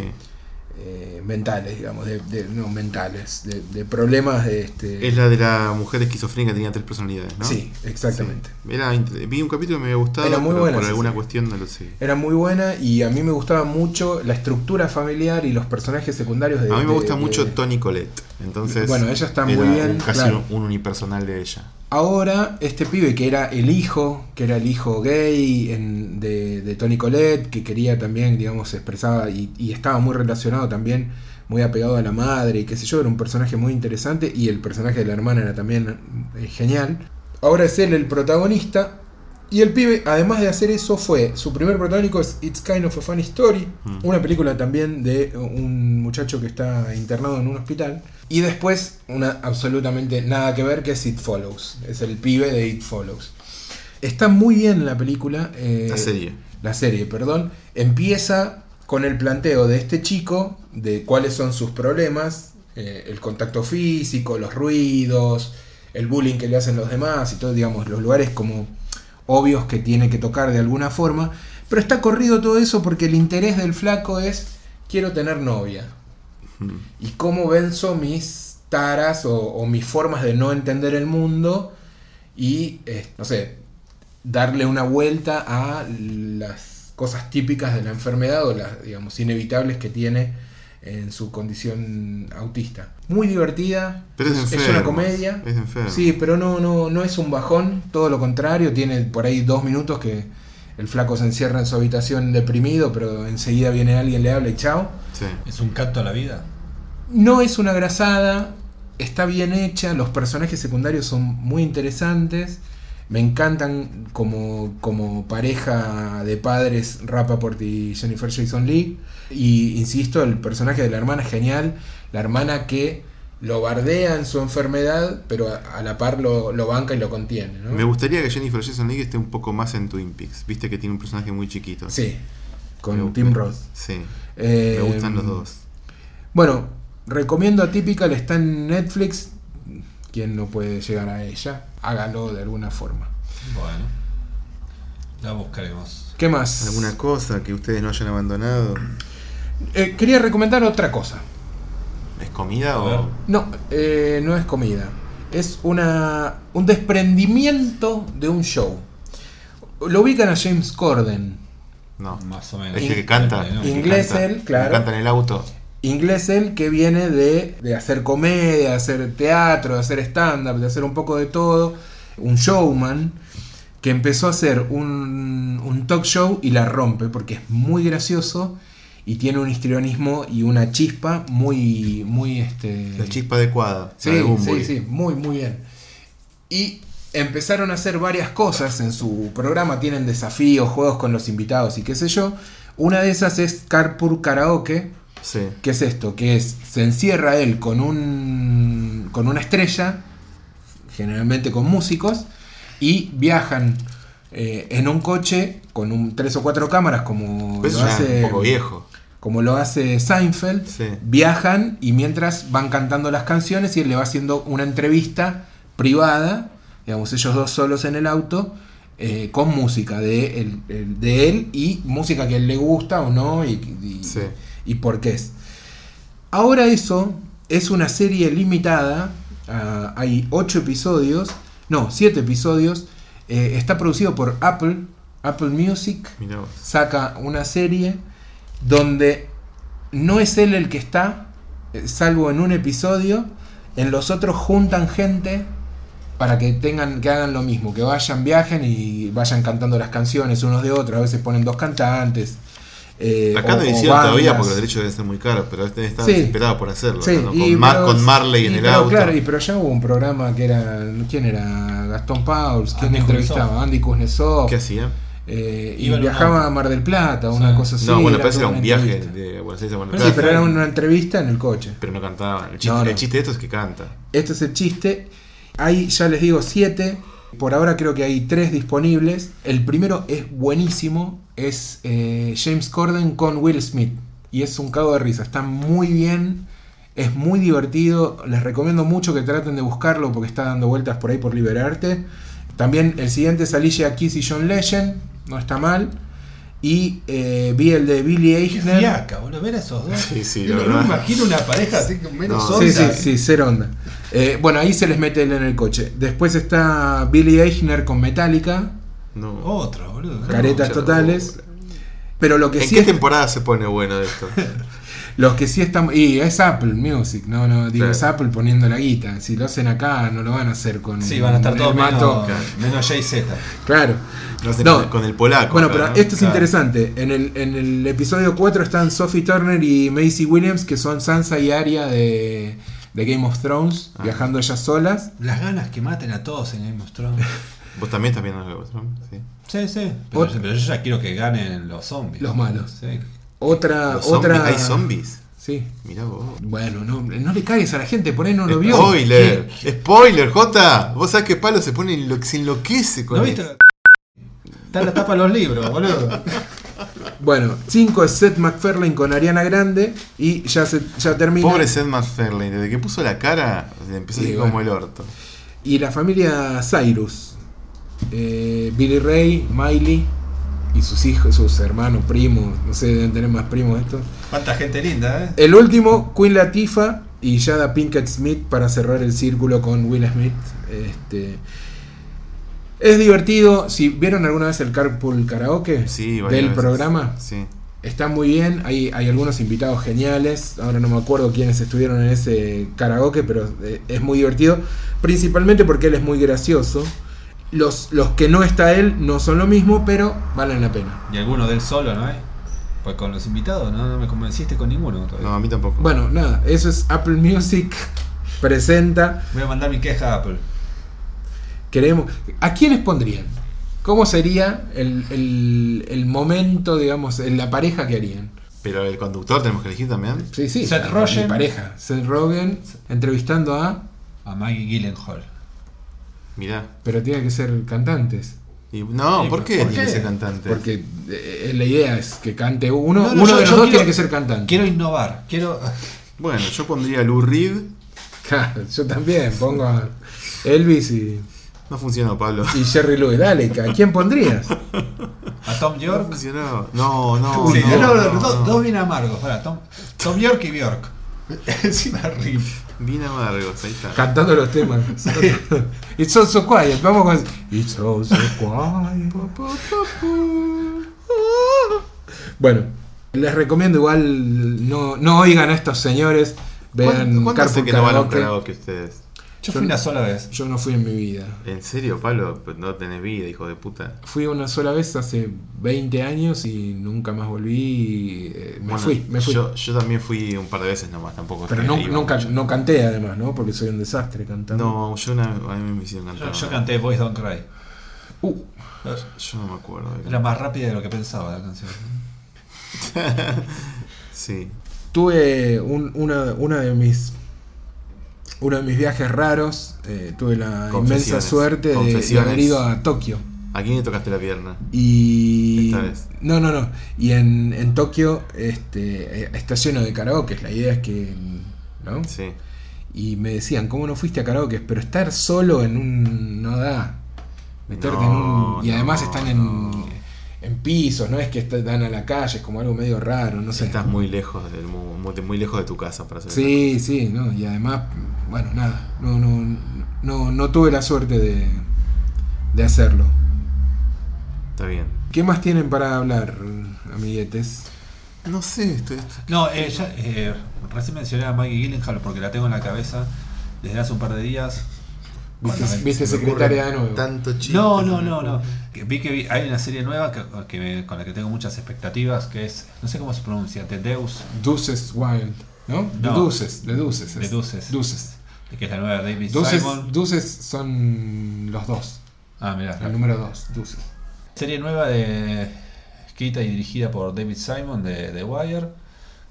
B: eh, mentales, digamos, de, de- no mentales, de, de problemas de este.
A: Es la de la mujer esquizofrénica que tenía tres personalidades, ¿no?
B: Sí, exactamente.
A: Sí. Era int- vi un capítulo que me había gustado,
B: Era muy
A: pero
B: buena
A: por
B: esa
A: alguna
B: serie.
A: cuestión no lo sé.
B: Era muy buena y a mí me gustaba mucho la estructura familiar y los personajes secundarios de.
A: A mí me
B: de-
A: gusta
B: de-
A: mucho Tony Colette. Entonces,
B: Bueno, ella está muy
A: era
B: bien,
A: un- casi
B: claro.
A: un, un unipersonal de ella.
B: Ahora, este pibe que era el hijo, que era el hijo gay en- de, de Tony Colette, que quería también, digamos, expresaba y, y estaba muy relacionado también, muy apegado a la madre y qué sé yo, era un personaje muy interesante y el personaje de la hermana era también eh, genial. Ahora es él el protagonista y el pibe, además de hacer eso, fue su primer protagónico es It's Kind of a Funny Story,
A: Mm.
B: una película también de un muchacho que está internado en un hospital. Y después, una absolutamente nada que ver, que es It Follows. Es el pibe de It Follows. Está muy bien la película. eh,
A: la serie.
B: La serie, perdón. Empieza con el planteo de este chico, de cuáles son sus problemas, eh, el contacto físico, los ruidos, el bullying que le hacen los demás y todo, digamos, los lugares como obvios que tiene que tocar de alguna forma. Pero está corrido todo eso porque el interés del flaco es quiero tener novia
A: Mm.
B: y cómo venzo mis taras o, o mis formas de no entender el mundo y, eh, no sé, darle una vuelta a las cosas típicas de la enfermedad o las, digamos, inevitables que tiene en su condición autista. Muy divertida,
A: Pero es enfermo.
B: una comedia.
A: Es enfermo.
B: Sí, pero no, no, no es un bajón, todo lo contrario, tiene por ahí dos minutos que el flaco se encierra en su habitación deprimido, pero enseguida viene alguien, le habla y chao.
A: Sí.
C: ¿Es un canto a la vida?
B: No es una grasada, está bien hecha, los personajes secundarios son muy interesantes. Me encantan como, como pareja de padres Rappaport y Jennifer Jason Lee. Y insisto, el personaje de la hermana es genial. La hermana que lo bardea en su enfermedad, pero a, a la par lo, lo banca y lo contiene. ¿no?
A: Me gustaría que Jennifer Jason Leigh esté un poco más en Twin Peaks. Viste que tiene un personaje muy chiquito.
B: Sí,
A: Me
B: con
A: gu-
B: Tim Roth.
A: Sí.
B: Eh,
A: Me gustan los dos.
B: Bueno, recomiendo Atypical, está en Netflix. Quien no puede llegar a ella, hágalo de alguna forma.
C: Bueno, la buscaremos.
B: ¿Qué más?
A: ¿Alguna cosa que ustedes no hayan abandonado?
B: Eh, quería recomendar otra cosa.
A: ¿Es comida
C: A
A: o.?
C: ver.
B: No, eh, no es comida. Es una, un desprendimiento de un show. Lo ubican a James Corden.
A: No.
C: Más o menos.
A: Es el que canta.
C: Depende, ¿no?
A: el que
B: eh, Inglés
A: canta.
B: él, claro.
A: Que Canta en el auto.
B: Inglés él que viene de, de hacer comedia, de hacer teatro, de hacer stand-up, de hacer un poco de todo. Un showman que empezó a hacer un, un talk show y la rompe porque es muy gracioso y tiene un histrionismo y una chispa muy, muy este,
A: La chispa adecuada. la
B: Sí,
A: de Bunbury.
B: sí, sí, muy, muy bien. Y empezaron a hacer varias cosas en su programa, tienen desafíos, juegos con los invitados y qué sé yo. Una de esas es Carpur Karaoke,
A: Sí.
B: que es esto, que es, se encierra él con, un, con una estrella, generalmente con músicos, y viajan eh, en un coche con un, tres o cuatro cámaras, como
A: Pero eso
B: lo
A: ya es
B: hace
A: un poco viejo.
B: como lo hace Seinfeld,
A: Sí.
B: viajan y mientras van cantando las canciones y él le va haciendo una entrevista privada, digamos, ellos dos solos en el auto, eh, con música de él, el- de él y música que a él le gusta o no y, y,
A: Sí.
B: y por qué es. Ahora eso es una serie limitada, ah, hay ocho episodios, no, siete episodios, eh, está producido por Apple, Apple Music
A: Mirá vos.
B: saca una serie donde no es él el que está, eh, salvo en un episodio, en los otros juntan gente para que tengan que hagan lo mismo, que vayan, viajen y vayan cantando las canciones unos de otros, a veces ponen dos cantantes. eh,
A: Acá
B: o-
A: no
B: o
A: hicieron todavía
B: bandas.
A: porque los derechos deben ser muy caros, pero este está
B: Sí.
A: desesperado por hacerlo.
B: Sí,
A: ¿no?
B: y
A: con, Mar-
B: pero-
A: con Marley en
B: y
A: el
B: pero,
A: auto.
B: Claro, y pero ya hubo un programa que era. ¿Quién era? Gastón Pauls, ¿quién
C: Andy
B: entrevistaba?
C: Kuznetsov.
B: Andy Kuznetsov.
A: ¿Qué hacía?
B: Eh, y
C: Iba en un
B: viajaba
C: auto.
B: a Mar del Plata,
C: Sí.
B: una cosa así.
A: no, bueno, parece que
B: toda
A: era un
B: una
A: viaje
B: entrevista.
A: de Buenos Aires a Buenos
C: Pero
B: Sí,
A: Aires.
C: sí,
B: pero era una entrevista en el coche.
A: Pero no cantaban. El chiste,
B: No, no.
A: el chiste de esto es que canta.
B: Este es el chiste. Hay, ya les digo, siete. Por ahora creo que hay tres disponibles. El primero es buenísimo. Es eh, James Corden con Will Smith. Y es un cago de risa. Está muy bien. Es muy divertido. Les recomiendo mucho que traten de buscarlo porque está dando vueltas por ahí por liberarte. También el siguiente es Alicia Keys y John Legend. No está mal. Y eh, vi el de Billy
C: Qué
B: Eichner.
C: fiaca, boludo, ver a esos dos.
A: Sí, sí, la
C: no, no
A: verdad.
C: me imagino una pareja así con menos
A: No.
C: onda.
B: Sí, sí, sí, cero onda. Eh, bueno, ahí se les mete él en el coche. Después está Billy Eichner con Metallica,
A: No.
C: Otro, boludo.
A: No,
B: Oh, caretas
A: ya no.
B: totales. Pero lo que
A: ¿En
B: sí
A: qué
B: es-
A: temporada se pone bueno esto?
B: los que sí están y es Apple Music, no, no, digo
A: Claro.
B: es Apple poniendo la guita. Si lo hacen acá no lo van a hacer con
C: Sí, van a estar
B: el
C: todos
B: Mm, mato.
C: menos, menos Jay Z.
B: Claro.
A: No sé,
B: No.
A: con el- con el polaco.
B: Bueno,
A: acá,
B: pero
A: ¿no?
B: esto es
C: Claro.
B: interesante. En el, en el episodio 4 están Sophie Turner y Macy Williams, que son Sansa y Arya de, de Game of Thrones,
A: Ah.
B: viajando ellas solas.
C: Las ganas que maten a todos en Game of Thrones.
A: Vos también estás viendo algo, ¿no? Sí.
C: Sí, sí. Pero,
B: Ot-
C: pero yo ya quiero que ganen los zombies.
B: Los malos.
C: Sí.
B: Otra,
A: Los
B: Ah, otra.
A: zombies- ¿Hay zombies?
B: Sí.
A: Mirá vos.
B: Bueno, no, no le cagues a la gente, por ahí no
A: Eh,
B: lo vio.
A: Spoiler. Spoiler, Jota. Vos sabés que Palo se pone enlo- se enloquece con
C: ¿No
A: esto.
C: viste? Está en la tapa de los libros, boludo.
B: Bueno, 5 es Seth MacFarlane con Ariana Grande y ya, se, ya termina.
A: Pobre Seth MacFarlane, desde que puso la cara, le empezó a
B: Sí,
A: ir
B: bueno.
A: como el orto.
B: Y la familia Cyrus. Eh, Billy Ray, Miley y sus hijos, sus hermanos, primos, no sé, deben tener más primos estos.
C: Cuánta gente linda, ¿eh?
B: El último, Queen Latifah y Jada Pinkett Smith para cerrar el círculo con Will Smith. Este, es divertido. Si vieron alguna vez el Carpool Karaoke
A: Sí, varias
B: del
A: veces.
B: programa,
A: Sí.
B: Está muy bien, hay, hay algunos invitados geniales, ahora no me acuerdo quiénes estuvieron en ese karaoke, pero eh, es muy divertido, principalmente porque él es muy gracioso. Los, los que no está él no son lo mismo, pero valen la pena.
C: Y alguno del solo, ¿no hay? Pues con los invitados, ¿no? No me convenciste con ninguno todavía.
A: No, a mí tampoco.
B: Bueno, nada, eso es Apple Music, presenta,
C: Voy a mandar mi queja a Apple.
B: queremos... ¿A quiénes pondrían? ¿Cómo sería el, el- el momento, digamos, en la pareja que harían?
A: Pero el conductor tenemos que elegir también.
B: Sí, sí,
C: Seth
B: mi
C: Rogen.
B: pareja. Seth Rogen entrevistando a...
C: A Maggie Gyllenhaal.
A: Mirá.
B: Pero tiene que ser cantantes.
A: Y, no,
C: Sí,
A: ¿por
C: pero
A: qué
C: ¿por
A: tiene que
C: qué?
A: ser cantante?
B: Porque eh, la idea es que cante uno,
C: No, no,
B: uno
C: yo-
B: de los
C: yo
B: dos
C: quiero-
B: tiene que ser cantante.
C: Quiero innovar, quiero.
A: Bueno, yo pondría Lou Reed.
B: Claro, yo también pongo a Elvis y,
A: No funcionó, Pablo.
B: y Jerry Lewis. Dale, ¿a quién pondrías?
C: A Tom
A: No
C: York.
A: funcionó. No, no.
C: Sí,
A: no,
C: no, no,
A: no, no.
C: dos- Dos bien amargos. Pará, Tom, Tom York y Bjork. Encima Rip.
A: Bien amargos, ahí está.
B: Cantando los temas. It's all so quiet. Vamos con. It's all so quiet. Bueno, les recomiendo igual no, no oigan a estos señores. Vean
A: ¿Cuán- ¿Cuánto hace
B: Carpool
A: que no van a un
B: Karaoke.
A: karaoke ustedes?
C: Yo fui una sola vez.
B: Yo no fui en mi vida.
A: ¿En serio, Pablo? Pues No tenés vida, hijo de puta.
B: Fui una sola vez hace 20 años y nunca más volví. y, eh, me
A: Bueno,
B: fui, me fui.
A: Yo, yo también fui un par de veces nomás, tampoco. es
B: Pero
A: que
B: no,
A: iba
B: nunca,
A: mucho.
B: no canté además, ¿no? Porque soy un desastre cantando.
A: No, yo una, a mí me hicieron cantar.
C: Yo, yo
A: una-
C: canté Boys Don't Cry.
B: Uh,
A: Yo no me acuerdo. de
C: Era más rápida de lo que pensaba la canción.
A: Sí.
B: Tuve un- una, una de mis uno de mis viajes raros, eh, tuve la inmensa
A: Confesiones.
B: suerte de- de,
A: Confesiones.
B: haber ido a Tokio.
A: ¿A quién le tocaste la pierna?
B: Y
A: Esta vez.
B: no, no, no. Y en, en Tokio este, eh, está lleno de karaokes. La idea es que, ¿no?
A: Sí.
B: Y me decían, ¿cómo no fuiste a karaoke? Pero estar solo en un. no da. Meterte en
A: No,
B: un. Y además
A: no,
B: están en,
A: no.
B: en pisos, no es que est- dan a la calle, es como algo medio raro, no sé.
A: Estás muy lejos del mu- muy, muy lejos de tu casa para hacer
B: Sí, sí, no. Y además, bueno, nada. No, no, no, no tuve la suerte de, de hacerlo.
A: eso. Está bien.
B: ¿Qué más tienen para hablar, amiguetes?
A: No sé, esto,
C: No, eh, ya, eh, recién mencioné a Maggie Gyllenhaal porque la tengo en la cabeza desde hace un par de días.
B: Viste,
C: Bueno,
B: viste
A: se me
B: secretaria de
A: ocurre
B: nuevo.
A: Tanto chiste.
C: No, no, no, no. Que Vi que vi- hay una serie nueva que, que me- con la que tengo muchas expectativas, que es, no sé cómo se pronuncia, The Deus,
B: Deuces Wild, ¿no?
C: No.
B: Deuces, de Deuces.
C: De
B: es.
C: Deuces.
B: Deuces.
C: que es la nueva de David
B: Deuces,
C: Simon.
B: deuces son los dos.
C: Ah, mirá.
B: El número dos, deuces.
C: Serie nueva de escrita y dirigida por David Simon de The Wire,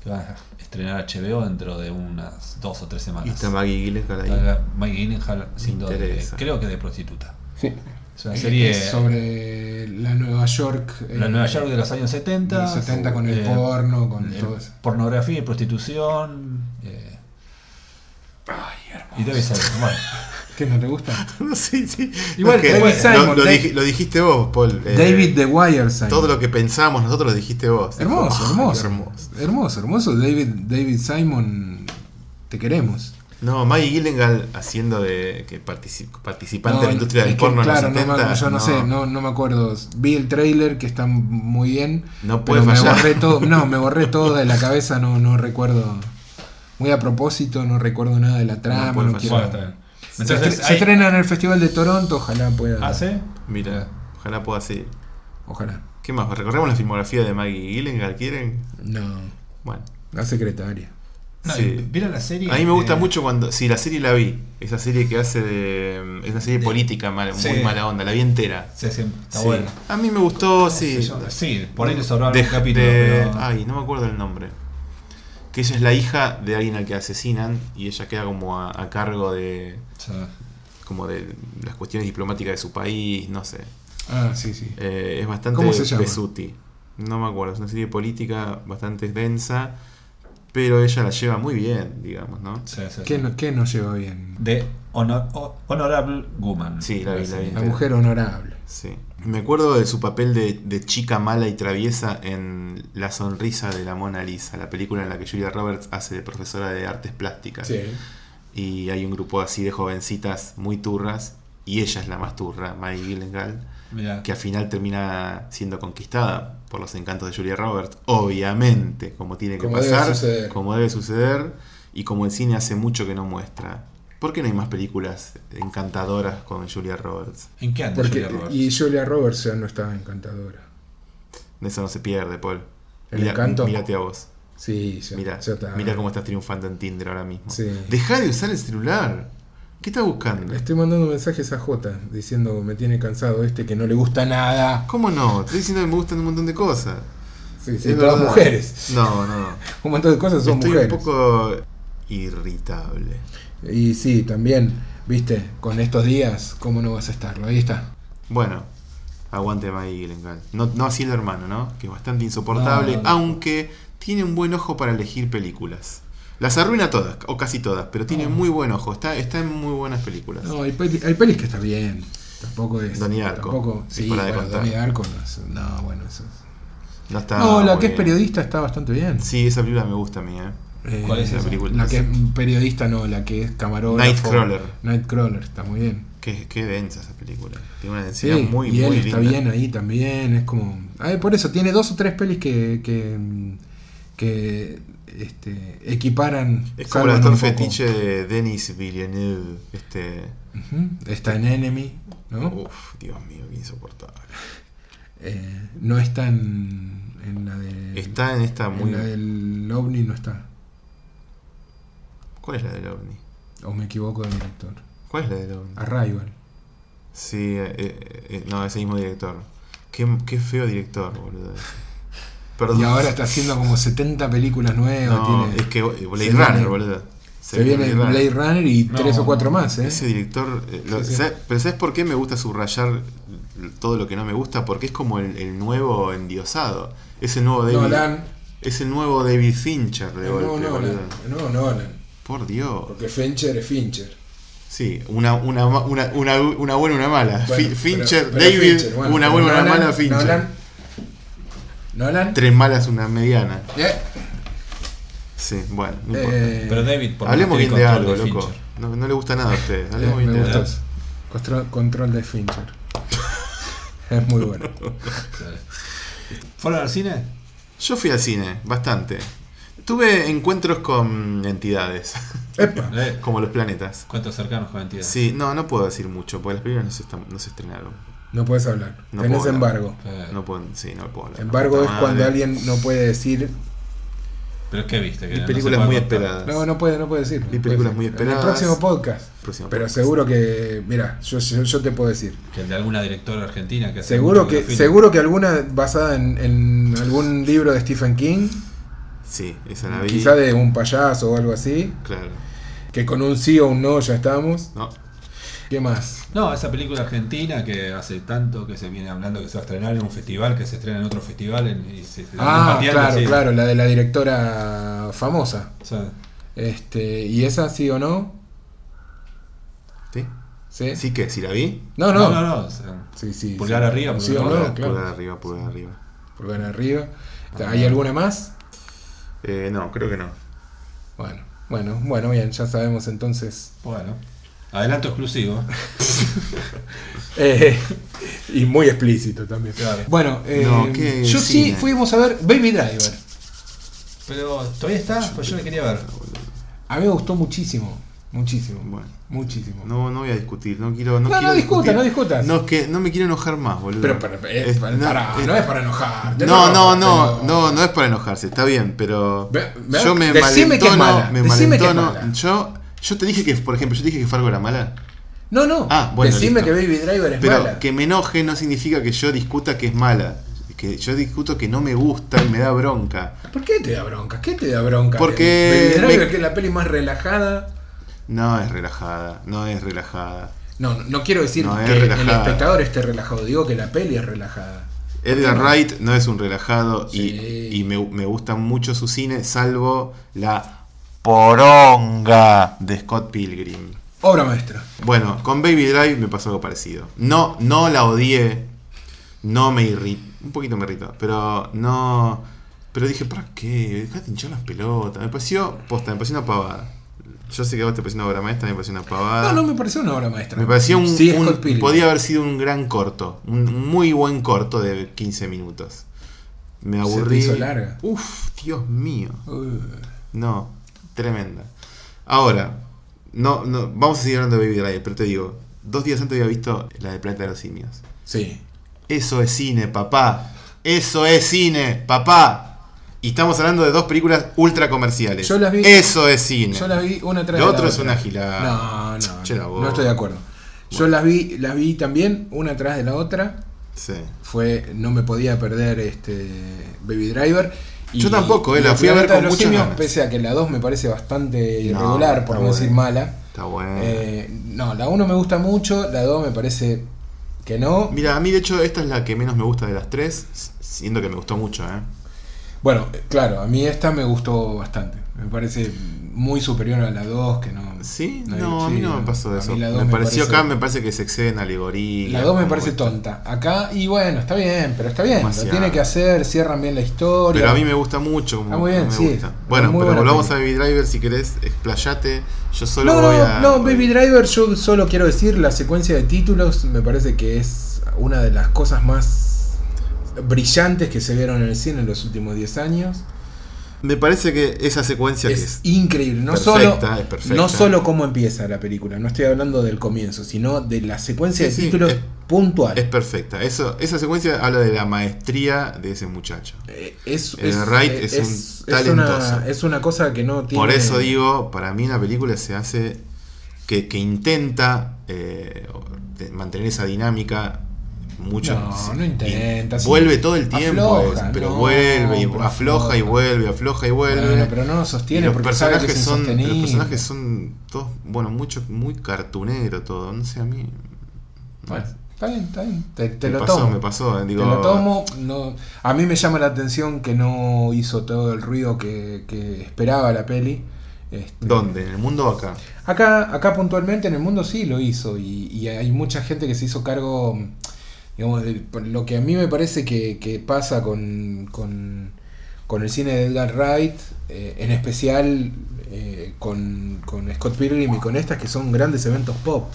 C: que va a estrenar HBO dentro de unas dos o tres
A: Y
C: semanas.
A: está Maggie Gyllenhaal ahí.
C: Está Maggie Gyllenhaal, sin duda, de-
A: interesa.
C: creo que de prostituta.
B: Sí.
C: Es una serie...
B: sobre la Nueva York. eh,
C: La Nueva York de los años 70.
B: de los 70 con el
C: eh,
B: porno, con
C: eh,
B: todo eso.
C: Pornografía y prostitución. eh,
B: Ay, hermano.
C: y debe ser. Bueno,
B: ¿Qué no te gusta?
A: No, sí, sí.
B: Igual,
A: Es que
B: David
A: lo-
B: Simon,
A: lo,
B: Dave-
A: dij- lo dijiste vos, Paul. eh,
B: David The Wire Simon.
A: Todo lo que pensamos nosotros lo dijiste vos.
B: hermoso,
A: Ay,
B: hermoso,
A: hermoso.
B: hermoso. Hermoso, David, David Simon, te queremos.
A: No, Maggie Gyllenhaal haciendo de que partici- participante de la
B: No,
A: industria
B: es
A: del
B: que,
A: porno
B: claro,
A: en
B: no me
A: los 70.
B: acuerdo, yo no, sé, no, no me acuerdo. Vi el trailer que está muy bien.
A: No puede
B: pero me
A: fallar.
B: borré todo, no, me borré todo de la cabeza, no, no recuerdo. Muy a propósito, no recuerdo nada de la trama,
A: puede fallar.
B: no quiero-
C: bueno, está bien.
B: Se, estre-
C: Entonces,
B: se
C: hay-
B: estrena en el Festival de Toronto, ojalá pueda.
C: ¿Ah, sí?
A: Mira, ojalá pueda seguir.
B: Ojalá.
A: ¿Qué más? ¿Recorremos la filmografía de Maggie Gyllenhaal? ¿Quieren?
B: No,
A: Bueno.
B: la secretaria.
C: No,
A: sí.
C: y ¿Vieron la serie?
A: A mí me gusta
B: eh,
C: de-
A: mucho cuando. Sí, la serie la vi. Esa serie que hace de. Es una serie
C: De-
A: política mal-
C: Sí.
A: muy mala onda, la vi entera.
C: Sí, sí, está
A: Sí.
C: buena.
A: A mí me gustó, sí.
C: Yo- Sí, por ahí le sobraba
A: De-
C: un capítulo.
A: de-
C: pero-
A: Ay, no me acuerdo el nombre. Que ella es la hija de alguien al que asesinan y ella queda como a, a cargo de.
C: Sí.
A: como de las cuestiones diplomáticas de su país, no sé.
B: Ah, sí, sí.
A: Eh, es bastante
B: ¿Cómo se llama?
A: besuti. No me acuerdo, es una serie política bastante densa, pero ella la lleva muy bien, digamos, ¿no?
C: Sí, sí, sí.
B: ¿Qué, no, qué nos lleva bien?
C: De honor- o- Honorable Woman.
A: Sí, la vi, la vi.
B: La mujer honorable.
A: Sí. Me acuerdo de su papel de, de chica mala y traviesa en La sonrisa de la Mona Lisa, la película en la que Julia Roberts hace de profesora de artes plásticas. Y hay un grupo así de jovencitas muy turras, y ella es la más turra, Maggie Gyllenhaal.
C: Mirá.
A: que al final termina siendo conquistada por los encantos de Julia Roberts, obviamente, como tiene que
B: Como debe
A: pasar,
B: suceder.
A: como debe suceder, y como el cine hace mucho que no muestra. ¿Por qué no hay más películas encantadoras con Julia Roberts?
C: ¿En qué anda
B: Porque,
C: Julia Roberts?
B: y Julia Roberts ya no estaba encantadora.
A: De eso no se pierde, Paul.
B: ¿El encanto?
A: Mírate a vos.
B: Sí, ya,
A: Mira,
B: ya está.
A: mira cómo estás triunfando en Tinder ahora mismo.
B: Sí.
A: Deja de usar el celular. ¿Qué estás buscando?
B: Le estoy mandando mensajes a Jota diciendo me tiene cansado este que no le gusta nada.
A: ¿Cómo no? Te estoy diciendo que me gustan un montón de cosas.
B: Sí, sí,
A: Es
B: todas
A: verdad.
B: mujeres.
A: No, no, no.
B: Un montón de cosas son
A: Estoy
B: mujeres.
A: un poco irritable.
B: Y sí, también, viste, con estos días, ¿cómo no vas a estarlo? Ahí está.
A: Bueno, aguante Maggie Gyllenhaal. No, no así el hermano, ¿no? Que es bastante insoportable,
C: No, no, no.
A: aunque tiene un buen ojo para elegir películas. Las arruina todas, o casi todas, pero tiene muy buen ojo. Está, está en muy buenas películas.
B: No, hay, peli- hay pelis que está bien. Tampoco es.
A: Donnie Darko.
B: Tampoco,
A: Es
B: sí,
A: para de
B: bueno,
A: contar.
B: Donnie Darko no, es- no, bueno, eso es-
A: No, está
B: no, la
A: muy
B: que es
A: bien.
B: periodista está bastante bien.
A: Sí, esa película me gusta a mí, ¿eh?
B: Eh,
C: ¿Cuál es
A: esa película?
B: La que es periodista, no, la que es camarógrafo.
A: Nightcrawler.
B: Nightcrawler, está muy bien.
A: Qué, qué densa esa película. Tiene una
B: Sí,
A: densidad muy,
B: y él
A: muy
B: está
A: linda.
B: bien ahí también, es como... Ay, por eso, tiene dos o tres pelis que, que, que, este, equiparan...
A: Es como el
B: salvan
A: actor
B: un poco.
A: fetiche de Denis Villeneuve. Este.
B: Ujú, Está en Enemy, ¿no?
A: Uf, Dios mío, qué insoportable.
B: Eh, no está en, en la de...
A: Está en esta
B: en
A: muy.
B: la del OVNI no está.
A: ¿Cuál es la del OVNI?
B: O me equivoco del director.
A: ¿Cuál es la del OVNI?
B: Arrival.
A: Sí, eh, eh, no, ese mismo director. Qué, qué feo director, boludo. Perdón.
B: Y ahora está haciendo como 70 películas nuevas.
A: No,
B: tiene-
A: es que eh, Blade
B: se
A: Runner,
B: viene-
A: boludo.
B: Se, viene Blade Runner y
C: No,
B: tres o cuatro
C: no,
B: más, ¿eh?
A: Ese director. eh, lo-
B: Sí, sí.
A: ¿sabes- Pero ¿sabes por qué me gusta subrayar todo lo que no me gusta? Porque es como el, el nuevo endiosado. Es el nuevo David.
B: Nolan.
A: Es el nuevo David Fincher de
B: No,
A: golpe,
B: no,
A: boludo.
B: Nolan. No, Nolan.
A: Por Dios.
B: Porque Fincher es Fincher.
A: Sí, una, una, ma- una, una, una buena y una mala.
B: Bueno,
A: Fi-
B: pero-
A: Fincher,
B: pero
A: David,
B: Fincher, bueno,
A: una
B: pero
A: buena y una
B: Nolan,
A: mala Fincher.
B: Nolan. Nolan.
A: Tres malas, una mediana.
B: Eh,
A: Sí, bueno, no importa.
B: eh,
C: Pero David, por
A: Hablemos
C: más
A: bien
C: tiene
A: de algo,
C: control de
A: loco.
C: Fincher.
A: No, no le gusta nada a ustedes.
B: eh,
A: Hablemos bien
B: me
A: de
B: gustó.
A: algo.
B: eso. Control, control de Fincher. es muy bueno.
C: ¿Fueron al cine?
A: Yo fui al cine, bastante. Tuve encuentros con entidades,
B: Epa.
C: Eh,
A: como los planetas.
C: ¿Cuántos cercanos con entidad?
A: Sí, no, no puedo decir mucho, porque las películas no se, están- no se estrenaron.
B: No puedes hablar.
A: No
B: Tenés
A: puedo hablar.
B: embargo.
C: Eh,
A: No puedo, sí, no puedo hablar.
B: Embargo es
A: Puta madre.
B: cuando alguien no puede decir.
C: Pero es que viste. Que
A: Vi
C: no se
A: películas
C: puede
A: muy
C: contar.
A: esperadas.
B: No, no puede, no puede decir.
A: Y películas muy
B: En
A: esperadas.
B: el próximo podcast.
A: Próximo
B: Pero
A: podcast.
B: seguro que. Mira, yo, yo, yo te puedo decir.
C: Que el de alguna directora argentina que hace
B: Seguro
C: mucho
B: que,
C: filma.
B: seguro que alguna basada en, en algún libro de Stephen King,
A: Sí, esa la vi.
B: quizá de un payaso o algo así,
A: Claro.
B: que con un sí o un no ya estamos.
A: No,
B: ¿Qué más?
C: No, esa película argentina que hace tanto que se viene hablando que se va a estrenar en un festival, que se estrena en otro festival en- y se se van
B: Ah,
C: pateando,
B: claro,
C: sí.
B: claro, la de la directora famosa.
C: O sea,
B: Este, ¿Y esa sí o no?
A: ¿sí?
B: ¿Sí?
A: Sí que, si la vi,
B: No,
C: no,
B: no.
C: no, no. o sea,
B: Sí, sí,
C: Pulgar
B: sí.
C: arriba,
B: Sí o
C: pulgar
B: no,
A: pulgar,
B: claro.
A: pulgar arriba, pulgar arriba.
B: Pulgar arriba. ¿Hay alguna más?
A: Eh, no, creo que no.
B: Bueno, bueno, bueno, bien, ya sabemos entonces.
C: bueno. Adelanto exclusivo.
B: Eh, y muy explícito también.
C: Claro.
B: Bueno, eh,
A: No, qué
B: yo sí
A: cine.
B: fuimos a ver Baby Driver.
C: Pero todavía está, pues yo la quería ver.
B: A mí me gustó muchísimo, muchísimo,
A: Bueno.
B: muchísimo.
A: No, no voy a discutir, no quiero. No,
B: No, no
A: quiero
B: discutas,
A: discutir.
B: no discutas.
A: No, es que no me quiero enojar más, boludo.
B: pero, pero, es
A: Es-
B: para-
A: no,
B: para-
A: es-
B: no es para enojar.
A: No, no, no, no, no es para enojarse, está bien, pero
B: Ve- ve-
A: yo me
B: decime que es
A: malentono,
B: mala,
A: me
B: decime que es
A: malentono.
B: mala.
A: Yo, yo te dije que, por ejemplo, yo te dije que Fargo era mala,
B: No, no.
A: Ah, bueno,
B: Decime
A: listo.
B: que Baby Driver es
A: pero
B: mala.
A: que me enoje no significa que yo discuta que es mala, que yo discuto que no me gusta y me da bronca.
B: ¿Por qué te da bronca? ¿Qué te da bronca?
A: Porque
B: Baby Driver,
A: me-
B: que es la peli más relajada.
A: No es relajada, no es relajada.
B: No, no, no quiero decir
A: No, es
B: que el
A: relajada.
B: espectador esté relajado, digo que la peli es relajada.
A: Edgar Wright no es un relajado
B: Sí.
A: y, y me, me gusta mucho su cine, salvo la poronga de Scott Pilgrim.
B: Obra maestra.
A: Bueno, con Baby Drive me pasó algo parecido. No, no la odié. No me irritó. Un poquito me irritó. Pero no. Pero dije, ¿para qué? Dejate hinchar las pelotas. Me pareció. Posta, me pareció una pavada. Yo sé que a vos te pareció una obra maestra, me pareció una pavada.
B: No, no me pareció una obra maestra.
A: Ah. Me pareció un.
B: Sí, es
A: un-
B: Scott Pilgrim.
A: podía haber sido un gran corto. Un muy buen corto de 15 minutos. Me
B: te
A: aburrí.
B: hizo larga.
A: Uf, Dios mío.
B: Uh,
A: No, tremenda. Ahora, no, no, vamos a seguir hablando de Baby Driver, pero te digo, dos días antes había visto la de Planeta de los Simios.
B: sí.
A: Eso es cine, papá. Eso es cine, papá. Y estamos hablando de dos películas ultra comerciales.
B: Yo las vi-
A: Eso es cine.
B: Yo las vi una tras
A: Lo
B: de la
A: otro es
B: otra.
A: una gilada.
B: No, no.
A: Ah. Che, la
B: no,
A: voz.
B: no estoy de acuerdo. Yo las vi, las vi también una atrás de la otra.
A: Sí.
B: Fue, no me podía perder este Baby Driver.
A: Yo tampoco, eh,
B: y
A: la fui a ver
B: Planeta
A: con
B: de los
A: muchas
B: Simios,
A: ganas.
B: Pese a que la 2 me parece bastante
A: No,
B: irregular, por
A: está Ah.
B: no decir
A: bueno.
B: mala.
A: Está bueno.
B: Eh, no, la 1 me gusta mucho, la 2 me parece que no.
A: Mira, a mí de hecho esta es la que menos me gusta de las tres, siendo que me gustó mucho, ¿eh?
B: Bueno, claro, a mí esta me gustó bastante. Me parece muy superior a la 2, que no.
A: Sí, no,
B: hay-
A: a mí
B: sí,
A: no me pasó
B: a
A: eso.
B: mí
A: Me
B: la dos
A: pareció
B: parece-
A: acá, me parece que se exceden alegoría.
B: La 2 me
A: como
B: parece
A: esto.
B: tonta. Acá, y bueno, está bien, pero está bien.
A: Demasiado.
B: Lo tiene que hacer, cierran bien la historia.
A: Pero a mí me gusta mucho. como
B: Ah, muy bien,
A: me
B: sí.
A: gusta. Bueno,
B: Muy
A: pero
B: buena
A: volvamos
B: peli.
A: a Baby Driver si querés, explayate. Yo solo
B: No, no,
A: voy a.
B: no, Baby Driver, yo solo quiero decir, la secuencia de títulos me parece que es una de las cosas más brillantes que se vieron en el cine en los últimos 10 años.
A: Me parece que esa secuencia que
B: Es
A: es.
B: increíble, no
A: perfecta,
B: solo
A: es perfecta.
B: no solo cómo empieza la película, no estoy hablando del comienzo, sino de la
A: Sí,
B: secuencia de
A: sí,
B: títulos
A: es-
B: puntual.
A: Es perfecta. Eso, esa secuencia habla de la maestría de ese muchacho.
B: Eh, es,
A: El Wright es un talentoso.
B: una, es una cosa que no tiene
A: Por eso digo, para mí una película se hace que, que intenta eh, de- mantener esa dinámica mucho.
B: No, no
A: y
B: intenta, sí.
A: Vuelve todo el tiempo,
B: Afloja,
A: es, pero
B: no,
A: vuelve y
B: pero
A: afloja, y
B: afloja.
A: vuelve, afloja y vuelve.
B: Bueno, pero no
A: Y
B: sostiene
A: los
B: porque sabe que
A: personajes
B: es
A: son los
B: insostenible.
A: personajes son todos bueno mucho muy cartunero todo no sé a mí
B: Bueno, está bien, está bien. Te, te
A: me
B: lo
A: pasó
B: tomo.
A: me pasó eh, digo
B: Te lo tomo, no- a mí me llama la atención que no hizo todo el ruido que, que esperaba la peli. Este,
A: dónde en el mundo o acá
B: Acá, acá puntualmente en el mundo sí lo hizo y, y hay mucha gente que se hizo cargo, digamos, de lo que a mí me parece que, que pasa con, con, con el cine de Edgar Wright, eh, en especial eh, con, con Scott Pilgrim y con estas que son grandes eventos pop.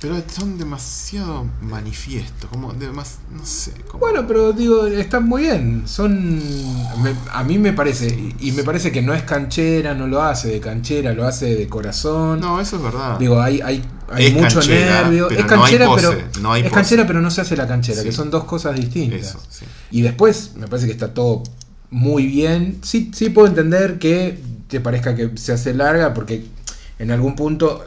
A: pero son demasiado manifiestos como demas no sé como-
B: Bueno, pero digo, están muy bien. Son. me- a mí me parece. y- Y me parece que no es canchera, no lo hace de canchera, lo hace de corazón.
A: no eso es verdad
B: Digo, hay, hay, hay
A: Es
B: mucho
A: canchera,
B: nervio.
A: pero
B: Es
A: no hay
B: canchera,
A: pose,
B: pero.
A: no hay
B: es
A: pose.
B: canchera, pero no se hace la canchera,
A: Sí.
B: que son dos cosas distintas.
A: eso sí.
B: Y después, me parece que está todo muy bien. Sí, sí puedo entender que te parezca que se hace larga, porque en algún punto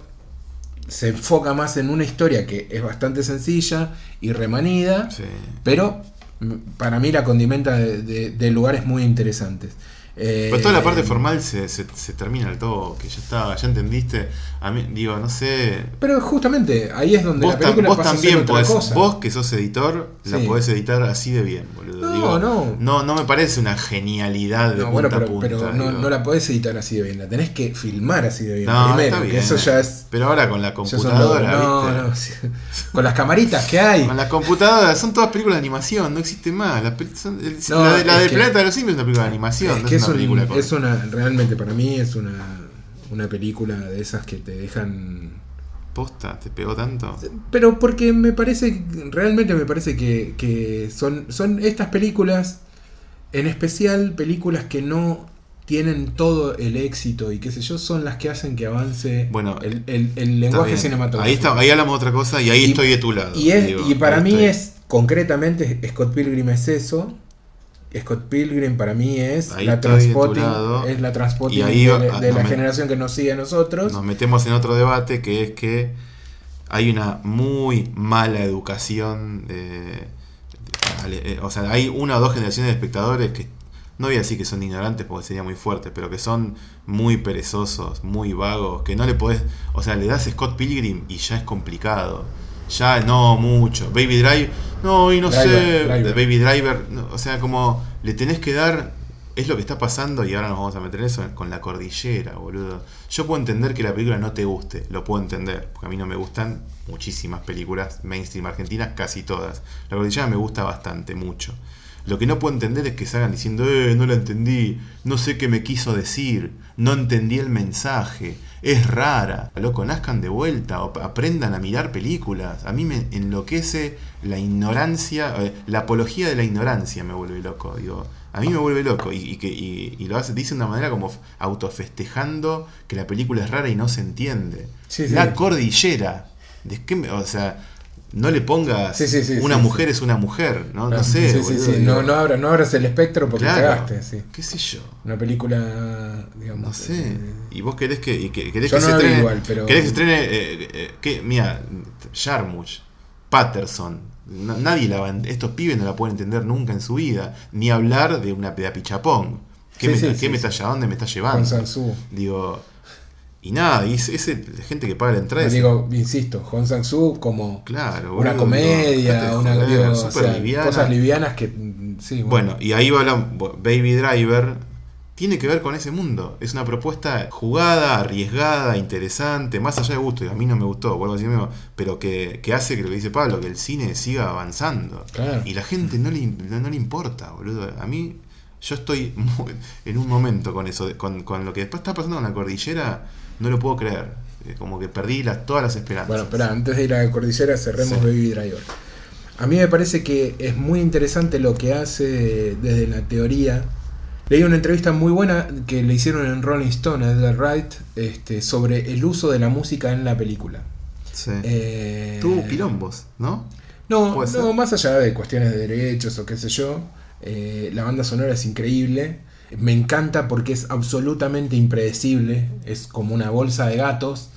B: se enfoca más en una historia que es bastante sencilla y remanida.
A: Sí.
B: Pero m- para mí la condimenta de, de- de lugares muy interesantes. Eh,
A: Pero toda la parte formal se, se, se termina el todo, que ya está, ya entendiste. A mí, digo, no sé.
B: Pero justamente ahí es donde
A: Vos,
B: la
A: tam-
B: película
A: vos
B: pasa a ser
A: también
B: otra
A: podés,
B: cosa.
A: vos que sos editor, la
B: Sí.
A: podés editar así de bien, boludo.
B: No,
A: Digo,
B: no.
A: no. No me parece una genialidad de punta
B: no, bueno,
A: a
B: pero,
A: punta.
B: pero no,
A: digo.
B: no la podés editar así de bien, la tenés que filmar así de bien.
A: No,
B: primero,
A: está
B: que
A: bien.
B: eso ya es.
A: Pero ahora con la
B: ya son
A: computadora,
B: logros.
A: ¿viste?
B: No, no, sí. Con las camaritas que hay.
A: Con las computadoras, son todas películas de animación, no existe más. La, pel- son- el-
B: No,
A: la de- la
B: es
A: del
B: que-
A: Planeta de los Simios es una película de animación,
B: es
A: no
B: que
A: es
B: es,
A: una
B: un-
A: película con-
B: es una. Realmente para mí es una, una película de esas que te dejan
A: posta, te pegó tanto.
B: Pero porque me parece, realmente me parece que, que son, son estas películas, en especial películas que no tienen todo el éxito y qué sé yo, son las que hacen que avance
A: Bueno,
B: el, el- el
A: Está
B: lenguaje
A: bien.
B: cinematográfico.
A: Ahí, está, ahí hablamos de otra cosa y ahí
B: Y-
A: estoy de tu lado.
B: Y, es,
A: digo, este,
B: y para
A: ahí
B: mí
A: estoy.
B: es, concretamente, Scott Pilgrim es eso. Scott Pilgrim para mí es
A: Ahí
B: la
A: estoy de tu
B: transporting,
A: lado.
B: es la transporting
A: Y ahí,
B: de,
A: ah,
B: de la
A: no me-
B: generación que nos sigue a nosotros.
A: Nos metemos en otro debate que es que hay una muy mala educación. eh, ale- eh, o sea, hay una o dos generaciones de espectadores que no voy a decir que son ignorantes porque sería muy fuerte, pero que son muy perezosos, muy vagos, que no le podés. O sea, le das Scott Pilgrim y ya es complicado. Ya no mucho. Baby Drive, no, y no sé.
B: Driver, Driver.
A: Baby Driver, no, o sea, como le tenés que dar es lo que está pasando y ahora nos vamos a meter en eso con la cordillera, boludo. Yo puedo entender que la película no te guste, lo puedo entender, porque a mí no me gustan muchísimas películas mainstream argentinas, casi todas. La cordillera me gusta bastante, mucho. Lo que no puedo entender es que salgan diciendo, eh, no la entendí, no sé qué me quiso decir, no entendí el mensaje, es rara. Loco, nazcan de vuelta o aprendan a mirar películas. A mí me enloquece la ignorancia, eh, la apología de la ignorancia me vuelve loco, digo. A mí me vuelve loco y, y que, y, y lo hace, dice de una manera como f- autofestejando que la película es rara y no se entiende.
B: Sí, sí.
A: La cordillera. ¿De qué me- o sea, no le pongas
B: Sí, sí, sí,
A: una
B: sí,
A: mujer es una mujer, ¿no? No
B: Ah,
A: sé.
B: sí, sí,
A: boludo,
B: sí.
A: digo,
B: No, no abras, no abras el espectro porque
A: claro,
B: cagaste. Sí.
A: ¿Qué sé yo?
B: Una película, digamos.
A: No sé.
B: eh,
A: Y vos querés que, y que- querés
B: Yo
A: que
B: no
A: se
B: la vi
A: estrene.
B: igual, pero-
A: Querés que se estrene. eh, eh, que- mira, Jarmusch, Patterson. na- nadie la va a en- Estos pibes no la pueden entender nunca en su vida. Ni hablar de una de Apichapong. ¿Qué,
B: Sí,
A: me,
B: sí,
A: ¿qué
B: sí,
A: me
B: sí.
A: está, ¿Dónde me está
B: Con
A: llevando?
B: Sansú.
A: Digo. Y nada, y es, es el- la gente que paga la entrada.
B: Pero
A: es-
B: digo, insisto, Hong Sang-soo como
A: claro,
B: una
A: boludo, dejate
B: comedia,
A: de
B: una,
A: joder,
B: digo, o
A: súper
B: sea,
A: liviana.
B: cosas livianas que... mm, Sí,
A: Bueno, y ahí va la Baby Driver. Tiene que ver con ese mundo. Es una propuesta jugada, arriesgada, interesante, más allá de gusto. y A mí no me gustó, vuelvo a decir mismo, pero que, que hace que lo que dice Pablo, que el cine siga avanzando.
B: Claro.
A: Y la gente no le, no, no le importa, boludo. A mí, yo estoy muy- en un momento con eso, de- con, con lo que después está pasando con la cordillera, no lo puedo creer. Eh, Como que perdí las, todas las esperanzas.
B: Bueno, espera, antes de ir a la cordillera cerremos
A: Sí.
B: Baby Driver. A mí me parece que es muy interesante lo que hace desde la teoría. Leí una entrevista muy buena que le hicieron en Rolling Stone a Edgar Wright este, sobre el uso de la música en la película.
A: Sí.
B: Eh,
A: Tuvo quilombos, ¿no?
B: No,
A: Puede
B: no
A: ser.
B: más allá de cuestiones de derechos o qué sé yo, eh, la banda sonora es increíble. Me encanta porque es absolutamente impredecible. Es como una bolsa de gatos,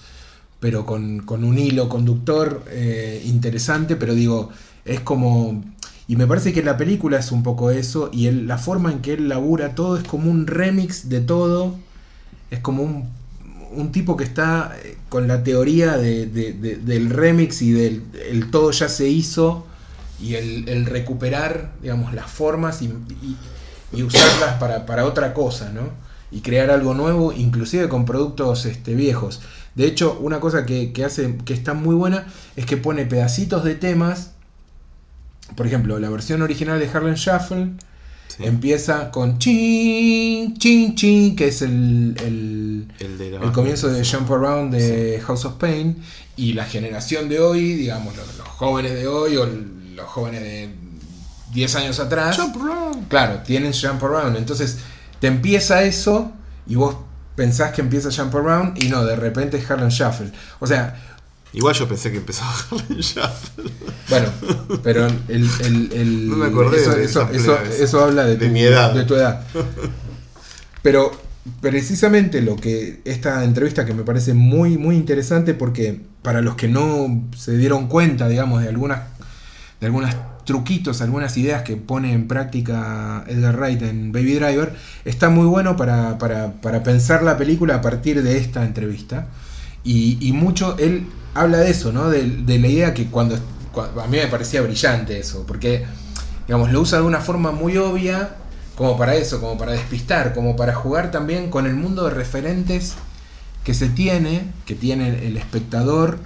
B: pero con, con un hilo conductor eh, interesante. Pero digo, es como. Y me parece que la película es un poco eso. Y él- la forma en que él labura todo es como un remix de todo. Es como un, un tipo que está eh, con la teoría de- de- de- del remix y del el todo ya se hizo y el, el recuperar, digamos, las formas y, y- y usarlas para, para otra cosa, ¿no? Y crear algo nuevo, inclusive con productos este, viejos. De hecho, una cosa que, que hace que está muy buena es que pone pedacitos de temas. Por ejemplo, la versión original de Harlem Shuffle
A: Sí.
B: empieza con chin, chin, chin, que es el- el,
A: El, de la
B: el comienzo de Jump Around de House of Pain y la generación de hoy, digamos, los, los jóvenes de hoy o los jóvenes de 10 años atrás,
A: Jump Around.
B: claro, tienen Jump Around. Entonces te empieza eso y vos pensás que empieza Jump Around y no, de repente es Harlem Shuffle. O sea,
A: Igual yo pensé que empezaba Harlem Shuffle.
B: bueno, pero el, el- el-
A: No me acordé
B: eso,
A: de
B: eso-
A: esa
B: eso-
A: plebe.
B: eso habla de,
A: De
B: tu,
A: mi edad.
B: de tu edad. Pero precisamente lo que esta entrevista que me parece muy muy interesante porque para los que no se dieron cuenta, digamos, de algunas de algunos truquitos, algunas ideas que pone en práctica Edgar Wright en Baby Driver, está muy bueno para, para- para pensar la película a partir de esta entrevista. Y, y mucho él habla de eso, ¿no? De, de la idea que cuando, cua- a mí me parecía brillante eso, porque digamos, lo usa de una forma muy obvia, como para eso, como para despistar, como para jugar también con el mundo de referentes que se tiene, que tiene el espectador,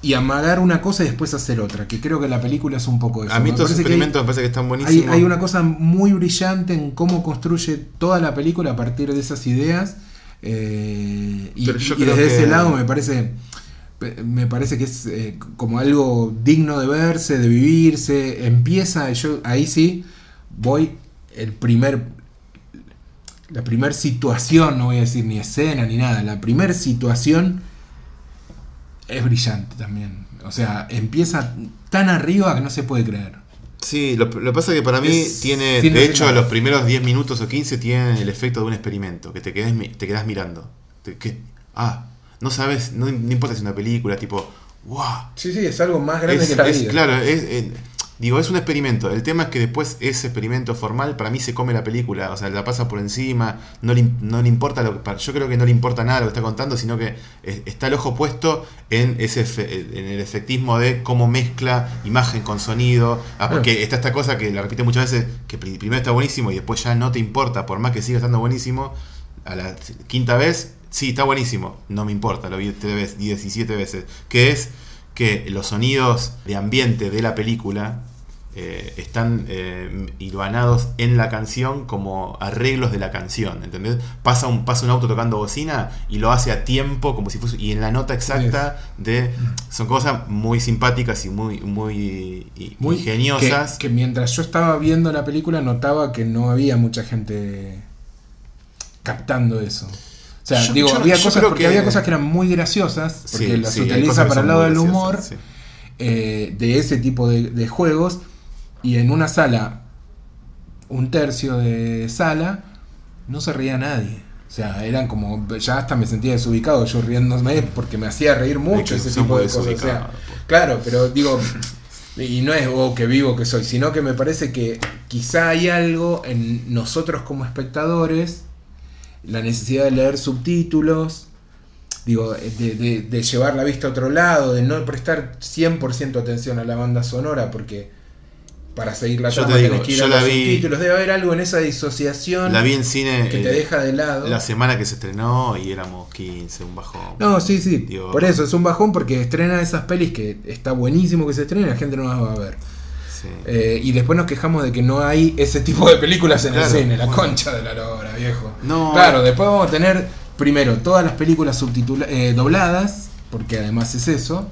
B: y amagar una cosa y después hacer otra, que creo que la película es un poco eso.
A: A mí
B: Me
A: estos
B: parece que hay-
A: experimentos me parece que están
B: hay,
A: buenísimos.
B: hay una cosa muy brillante en cómo construye toda la película a partir de esas ideas. eh, y,
A: Pero yo
B: y
A: creo
B: desde
A: que-
B: ese lado me parece me parece que es eh, como algo digno de verse, de vivirse. Empieza, yo ahí sí voy el primer la primera situación, no voy a decir ni escena ni nada, la primera situación es brillante también. O sea, empieza tan arriba que no se puede creer.
A: Sí, lo, lo que pasa es que para mí
B: Es
A: tiene.
B: sin
A: De
B: decir
A: hecho,
B: nada.
A: los primeros 10 minutos o 15 tienen el efecto de un experimento, que te quedas, mi- te quedas mirando. Te- que- ah, no sabes, no, no importa si es una película, tipo. ¡Wow!
B: Sí, sí, es algo más grande
A: Es-
B: que la
A: es-
B: vida.
A: Claro, es, eh, digo, es un experimento. El tema es que después ese experimento formal para mí se come la película, o sea, la pasa por encima, no le, im- no le importa lo que... pa- Yo creo que no le importa nada lo que está contando, sino que eh, está el ojo puesto en, ese efe- en el efectismo de cómo mezcla imagen con sonido. Ah, porque está esta cosa que la repite muchas veces, que pri- primero está buenísimo y después ya no te importa, por más que siga estando buenísimo, a la quinta vez, sí, está buenísimo, no me importa, lo vi tres veces, 17 veces, que es que los sonidos de ambiente de la película eh, están eh, hilvanados en la canción como arreglos de la canción, ¿entendés? Pasa un, pasa un auto tocando bocina y lo hace a tiempo, como si fuese, y en la nota exacta de... Son cosas muy simpáticas y muy, muy, i-
B: Muy
A: ingeniosas.
B: Que, que mientras yo estaba viendo la película notaba que no había mucha gente captando eso. O sea,
A: Yo-
B: digo,
A: yo-
B: había
A: yo
B: cosas
A: creo
B: porque
A: que-
B: había cosas que eran muy graciosas, porque
A: Sí,
B: las
A: sí, hay cosas
B: utiliza
A: que
B: para
A: son
B: el lado
A: muy
B: del
A: graciosas,
B: humor,
A: sí.
B: eh, de ese tipo de, de juegos, y en una sala, un tercio de sala, no se reía nadie. O sea, eran como, ya hasta me sentía desubicado yo riéndome porque me hacía reír mucho
A: que
B: ese
A: son
B: tipo
A: muy
B: de cosas. O sea,
A: desubicados, po.
B: claro, pero digo, y no es oh, que vivo que soy, sino que me parece que quizá hay algo en nosotros como espectadores, la necesidad de leer subtítulos, digo, de, de- de llevar la vista a otro lado, de no prestar 100% atención a la banda sonora, porque para seguir la
A: Yo
B: trama
A: te digo,
B: tenés que ir
A: yo
B: a
A: la
B: los
A: vi-
B: subtítulos, debe haber algo en esa disociación
A: La vi en cine
B: que
A: eh,
B: te deja de lado.
A: la semana que se estrenó y éramos 15, un bajón.
B: No, sí, sí.
A: Digo-
B: Por eso es un bajón porque estrena esas pelis que está buenísimo que se estrenen y la gente no las va a ver.
A: Sí.
B: Eh, y después nos quejamos de que no hay ese tipo de películas en el
A: Claro.
B: cine, la
A: Bueno.
B: concha de la lora, viejo.
A: No.
B: Claro, después vamos a tener primero todas las películas subtitula- eh, dobladas, porque además es eso.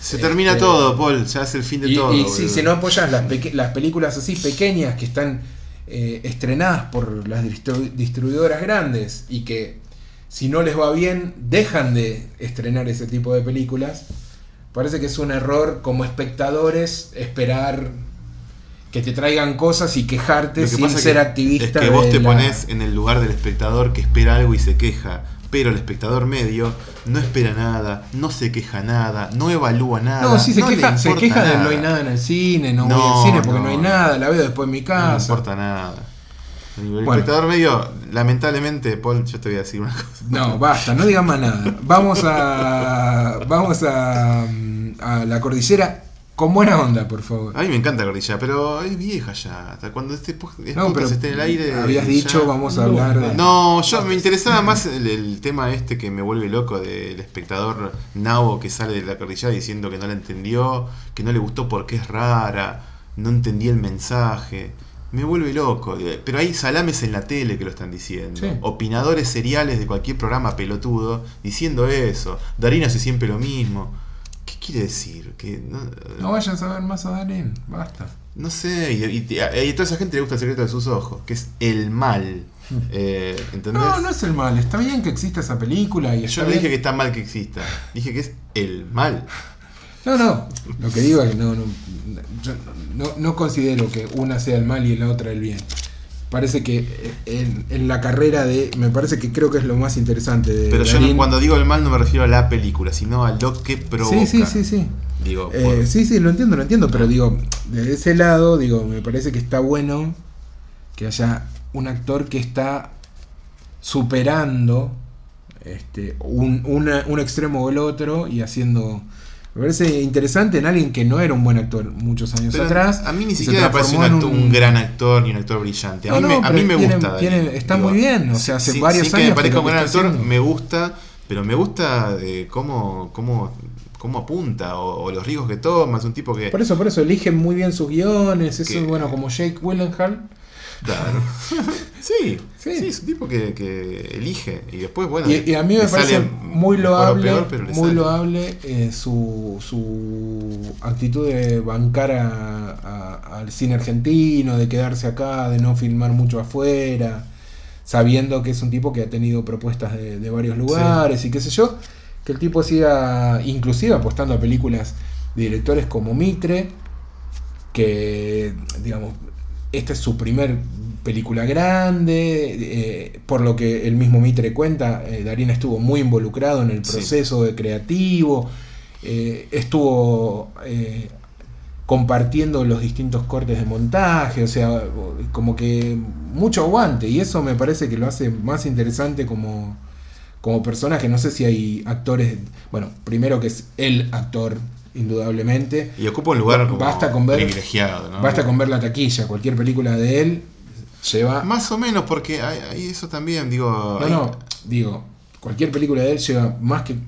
A: se termina
B: este-
A: todo, Paul, ya es el fin de
B: Y,
A: todo.
B: y sí,
A: boludo.
B: si no apoyas las, peque- las películas así pequeñas que están eh, estrenadas por las distru- distribuidoras grandes y que si no les va bien dejan de estrenar ese tipo de películas, parece que es un error como espectadores esperar que te traigan cosas y quejarte
A: Lo que
B: sin
A: pasa
B: ser
A: que-
B: activista.
A: Es que vos
B: de
A: te
B: la-
A: pones en el lugar del espectador que espera algo y se queja. Pero el espectador medio no espera nada, no se queja nada, no evalúa nada.
B: No, sí se
A: le
B: queja, se
A: importa
B: queja de
A: nada,
B: no hay nada en el cine, no, voy
A: No,
B: al cine porque no,
A: no.
B: hay nada, la veo después en mi
A: No le
B: casa.
A: importa nada. El
B: Bueno.
A: espectador medio, lamentablemente, Paul, yo te voy a decir una cosa.
B: No, basta, no digas más nada. Vamos a. Vamos a. mm, a la cordillera con buena onda, por favor.
A: A mí me encanta la Cordillera, pero es vieja ya. Hasta Cuando este po-
B: No,
A: podcast
B: pero
A: esté en el aire.
B: habías
A: ya-
B: dicho, vamos a
C: No,
B: hablar de.
A: No, yo me interesaba más el, el tema este que me vuelve loco del espectador nabo que sale de la cordillera diciendo que no la entendió, que no le gustó porque es rara, no entendí el mensaje. Me vuelve loco. Pero hay salames en la tele que lo están diciendo.
B: Sí.
A: Opinadores seriales de cualquier programa pelotudo diciendo eso. Darín hace siempre lo mismo. ¿Qué quiere decir? Que no,
B: No vayas a ver más a Darín, basta.
A: no sé, y, y- y a toda esa gente le gusta el secreto de sus ojos, que es el mal.
B: Hmm.
A: Eh, ¿Entendés?
B: No, no es el mal, está bien que exista esa película y
A: Yo
B: está
A: no dije que
B: bien-
A: está mal que exista, dije que es el mal.
B: No, no, lo que digo es que no, no, yo no, no considero que una sea el mal y la otra el bien. Parece que eh, en, en la carrera de. Me parece que creo que es lo más interesante de.
A: Pero yo no-
B: Darín.
A: cuando digo el mal no me refiero a la película, sino a lo que provoca.
B: Sí, sí, sí, sí.
A: Digo,
B: Eh,
A: por- Ah.
B: sí, sí, lo entiendo, lo entiendo, pero digo, de ese lado, digo, me parece que está bueno que haya un actor que está superando este, un, una- un extremo o el otro y haciendo... Me parece interesante en alguien que no era un buen actor muchos años
A: pero
B: atrás.
A: a mí
B: y
A: ni
B: se
A: siquiera me parece un,
B: transformó en
A: acto- un gran actor ni un actor brillante. A
B: No,
A: mí,
B: no,
A: me, a
B: pero
A: mí me
B: tiene-
A: gusta. eh,
B: tiene-
A: Darín.
B: está muy bien, o sea, hace varios
A: que me
B: años que
A: parezca
B: lo
A: un gran
B: está
A: actor,
B: haciendo.
A: me gusta, pero me gusta de cómo, cómo, cómo apunta o, o los riesgos que toma. Es un tipo que.
B: Por eso, por eso, eligen muy bien sus guiones, eso
A: Que-
B: bueno, como Jake Willenhall.
A: Claro. sí,
B: Sí.
A: sí, es un tipo que, que elige. Y después, bueno. eh,
B: Y, y a mí
A: le
B: me parece
A: sale mejor
B: muy
A: o
B: loable,
A: peor, pero le
B: muy
A: sale.
B: loable eh, su, su actitud de bancar a- a- al cine argentino, de quedarse acá, de no filmar mucho afuera, sabiendo que es un tipo que ha tenido propuestas de, de varios lugares y qué sé yo, que el tipo siga inclusive apostando a películas de directores como Mitre, que digamos, esta es su primer película grande, eh, por lo que el mismo Mitre cuenta, eh, Darín estuvo muy involucrado en el
A: Sí.
B: proceso de creativo, eh, estuvo eh, compartiendo los distintos cortes de montaje, o sea, como que mucho aguante, y eso me parece que lo hace más interesante como, como personaje, no sé si hay actores, bueno, primero que es el actor, indudablemente,
A: Y ocupa un lugar como
B: Basta con ver-
A: privilegiado, ¿no?
B: Basta con ver la taquilla, cualquier película de él lleva.
A: Más o menos, porque hay, hay eso también, digo.
B: no,
A: hay-
B: no, digo, cualquier película de él lleva más que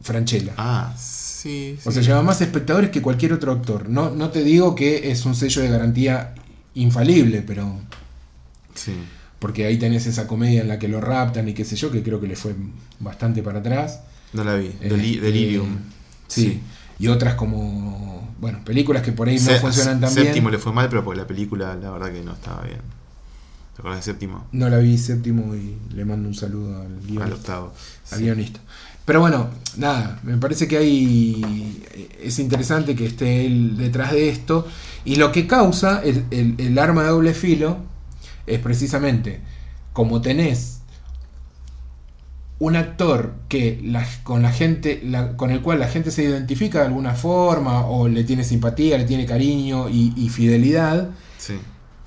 B: Franchella.
A: Ah, sí.
B: o
A: sí.
B: sea, lleva más espectadores que cualquier otro actor. No, no te digo que es un sello de garantía infalible, pero.
A: Sí.
B: Porque ahí tenés esa comedia en la que lo raptan y qué sé yo, que creo que le fue bastante para atrás.
A: No la vi.
B: Eh,
A: Deli-
B: eh,
A: Delirium.
B: Sí.
A: Sí.
B: Y otras como. Bueno, películas que por ahí no
A: Se-
B: funcionan tan
A: Séptimo
B: bien.
A: le fue mal, pero porque la película, la verdad, que no estaba bien. ¿Te acuerdas de séptimo?
B: No la vi séptimo y le mando un saludo al guionista.
A: Al octavo.
B: al
A: Sí.
B: guionista. Pero bueno, nada, me parece que hay. Es interesante que esté él detrás de esto. Y lo que causa el, el- el arma de doble filo es precisamente como tenés un actor que la- con la gente la- con el cual la gente se identifica de alguna forma o le tiene simpatía, le tiene cariño y- y fidelidad,
A: Sí.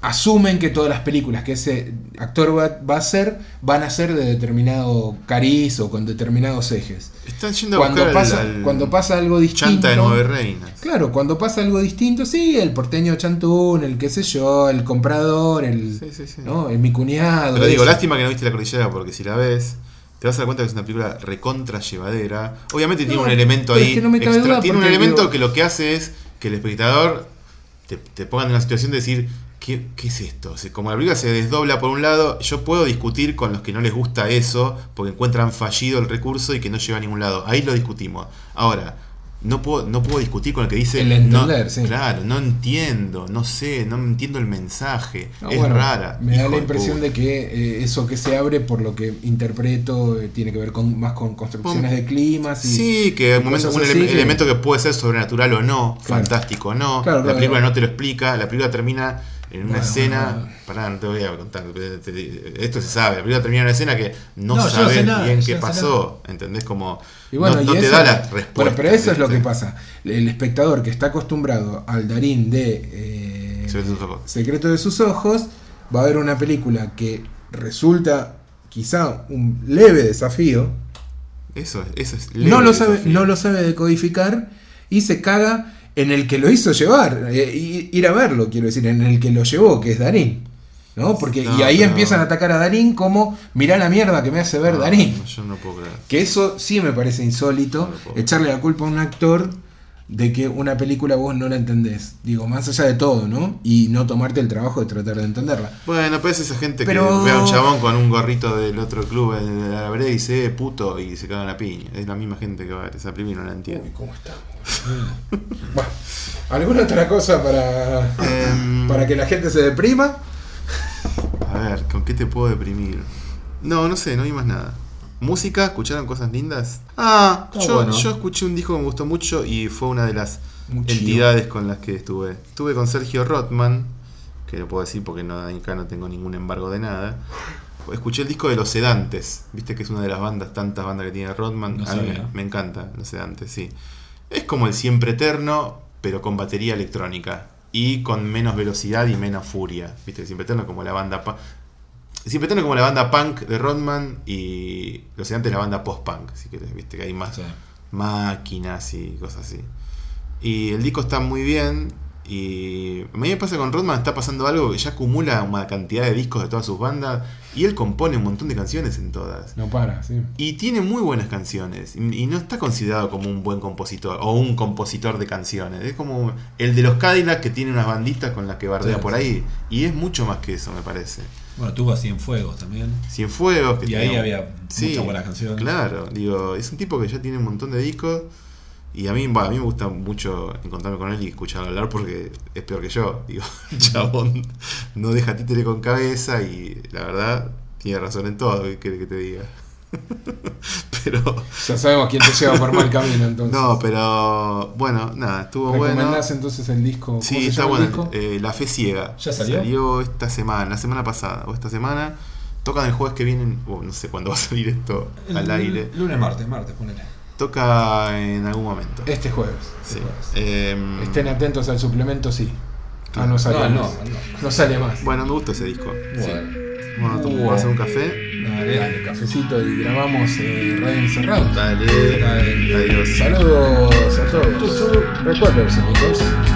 B: asumen que todas las películas que ese actor va, va a hacer van a ser de determinado cariz o con determinados ejes.
A: Están yendo a
B: Cuando
A: buscar al-
B: pasa,
A: al
B: cuando pasa algo distinto.
A: Chanta de Nueve Reinas.
B: Claro, cuando pasa algo distinto, sí, el porteño chantún, el qué sé yo, el comprador, el,
A: Sí, sí, sí.
B: ¿no? el mi cuñado.
A: Pero digo,
B: ese.
A: lástima que no viste la cordillera, porque si la ves, te vas a dar cuenta que es una película recontra llevadera. Obviamente tiene
B: No,
A: un elemento
B: pero
A: ahí.
B: es que no me cabe
A: extra-
B: duda
A: tiene un
B: porque,
A: elemento
B: digo-
A: que lo que hace es que el espectador te, te ponga en una situación de decir. ¿Qué, qué es esto? O sea, Como la película se desdobla por un lado, yo puedo discutir con los que no les gusta eso, porque encuentran fallido el recurso y que no lleva a ningún lado. Ahí lo discutimos. Ahora, no puedo, no puedo discutir con el que dice...
B: El
A: no-
B: entender, sí.
A: Claro, no entiendo, no sé, no entiendo el mensaje.
B: No,
A: es
B: bueno,
A: rara.
B: Me da
A: hijo
B: la
A: de
B: impresión
A: puta.
B: de que eh, eso que se abre, por lo que interpreto, eh, tiene que ver con, más con construcciones
A: Con-
B: de climas. Y,
A: Sí, que hay
B: cosas
A: momentos- un
B: así
A: ele-
B: que-
A: elemento que puede ser sobrenatural o no,
B: Claro.
A: fantástico o no.
B: Claro,
A: la
B: claro,
A: película
B: claro.
A: no te lo explica, la película termina en una
B: Bueno,
A: escena.
B: bueno.
A: Pará, no te voy a contar. te- te- Esto se sabe. La película termina en una escena que no,
C: No, yo no
A: sabes
C: sé nada,
A: bien
C: yo
A: qué
C: no sé
A: pasó. ¿Entendés? Como.
B: Y bueno,
A: no
B: y
A: no te
B: eso-
A: da la
B: bueno,
A: respuesta.
B: pero eso es lo que
A: ¿viste?
B: pasa. El espectador que está acostumbrado al Darín de eh,
A: Se ve tus ojos.
B: Secreto de sus ojos va a ver una película que resulta quizá un leve desafío.
A: Eso, es- eso es.
B: no,
A: leve
B: lo sabe,
A: desafío.
B: no lo sabe decodificar y se caga en el que lo hizo llevar, eh, i- ir a verlo, quiero decir, en el que lo llevó, que es Darín. ¿no? Porque,
A: No,
B: y ahí
A: pero-
B: empiezan a atacar a Darín como, mirá la mierda que me hace ver
A: No,
B: Darín.
A: no, yo no puedo creer.
B: Que eso sí me parece insólito,
A: No lo puedo.
B: echarle la culpa a un actor de que una película vos no la entendés. Digo, más allá de todo, ¿no? Y no tomarte el trabajo de tratar de entenderla.
A: Bueno, pues esa gente
B: Pero-
A: que ve a un chabón con un gorrito del otro club en la vereda y dice, "Eh, puto, y se caga en la piña. Es la misma gente que va a ver esa película y no la entiende.
B: ¿cómo está? bueno, ¿alguna otra cosa para,
A: Em.
B: para que la gente se deprima?
A: A ver, ¿con qué te puedo deprimir? No, no sé, no vi más nada. ¿Música? ¿Escucharon cosas lindas? Ah,
C: Está
A: yo,
C: bueno.
A: yo escuché un disco que me gustó mucho y fue una de las
B: Muchío.
A: entidades con las que estuve. Estuve con Sergio Rotman, que lo puedo decir porque no, acá no tengo ningún embargo de nada. Escuché el disco de Los Sedantes, viste que es una de las bandas, tantas bandas que tiene Rotman.
C: No
A: A mí
C: sabía.
A: me, me encanta Los Sedantes, sí. Es como el siempre eterno, pero con batería electrónica. Y con menos velocidad y menos furia. Viste, el siempre eterno como la banda... pa- Siempre tengo como la banda punk de Rodman y los sedantes la banda post-punk, si querés, viste que hay más
C: Sí.
A: máquinas y cosas así. Y el disco está muy bien y a mí me pasa con Rodman, está pasando algo que ya acumula una cantidad de discos de todas sus bandas y él compone un montón de canciones en todas.
B: No para, sí.
A: Y tiene muy buenas canciones. Y y no está considerado como un buen compositor o un compositor de canciones. Es como el de los Cadillacs que tiene unas banditas con las que bardea
C: Sí,
A: por
C: sí.
A: ahí. Y es mucho más que eso, me parece.
C: Bueno, tuvo así en fuegos también.
A: Cienfuegos. Que
C: Y ahí
A: tenía-
C: había muchas buenas canciones.
A: Claro, digo, es un tipo que ya tiene un montón de discos. Y a mí, bah, a mí me gusta mucho encontrarme con él y escucharlo hablar porque es peor que yo. Digo, el chabón no deja títere con cabeza y la verdad tiene razón en todo. ¿Qué quiere que te diga? pero,
B: Ya sabemos quién te lleva por mal camino, entonces.
A: no, pero bueno, nada, estuvo bueno.
B: ¿Recomendás entonces el disco? ¿Cómo
A: Sí,
B: se
A: está
B: llama el
A: bueno.
B: disco?
A: eh, La Fe Ciega.
C: ¿Ya salió?
A: esta semana, la semana pasada o esta semana. Tocan el jueves que viene, o no sé cuándo va a salir esto al
C: El
A: aire.
C: Lunes, martes, martes, ponele.
A: Toca en algún momento.
B: Este jueves.
A: Sí.
C: jueves.
A: Em,
B: Estén atentos al suplemento, sí. Ah,
A: No,
B: no sale
C: No,
B: más.
C: no,
B: No,
C: no.
B: sale más.
A: Bueno, me gusta ese disco.
C: Bueno.
A: Sí. Uh, Bueno, vamos a hacer un café.
C: Dale,
B: Dale, cafecito y grabamos eh, Radio Encerrado.
A: Dale, adiós.
B: Saludos a todos. Recuerden, amigos.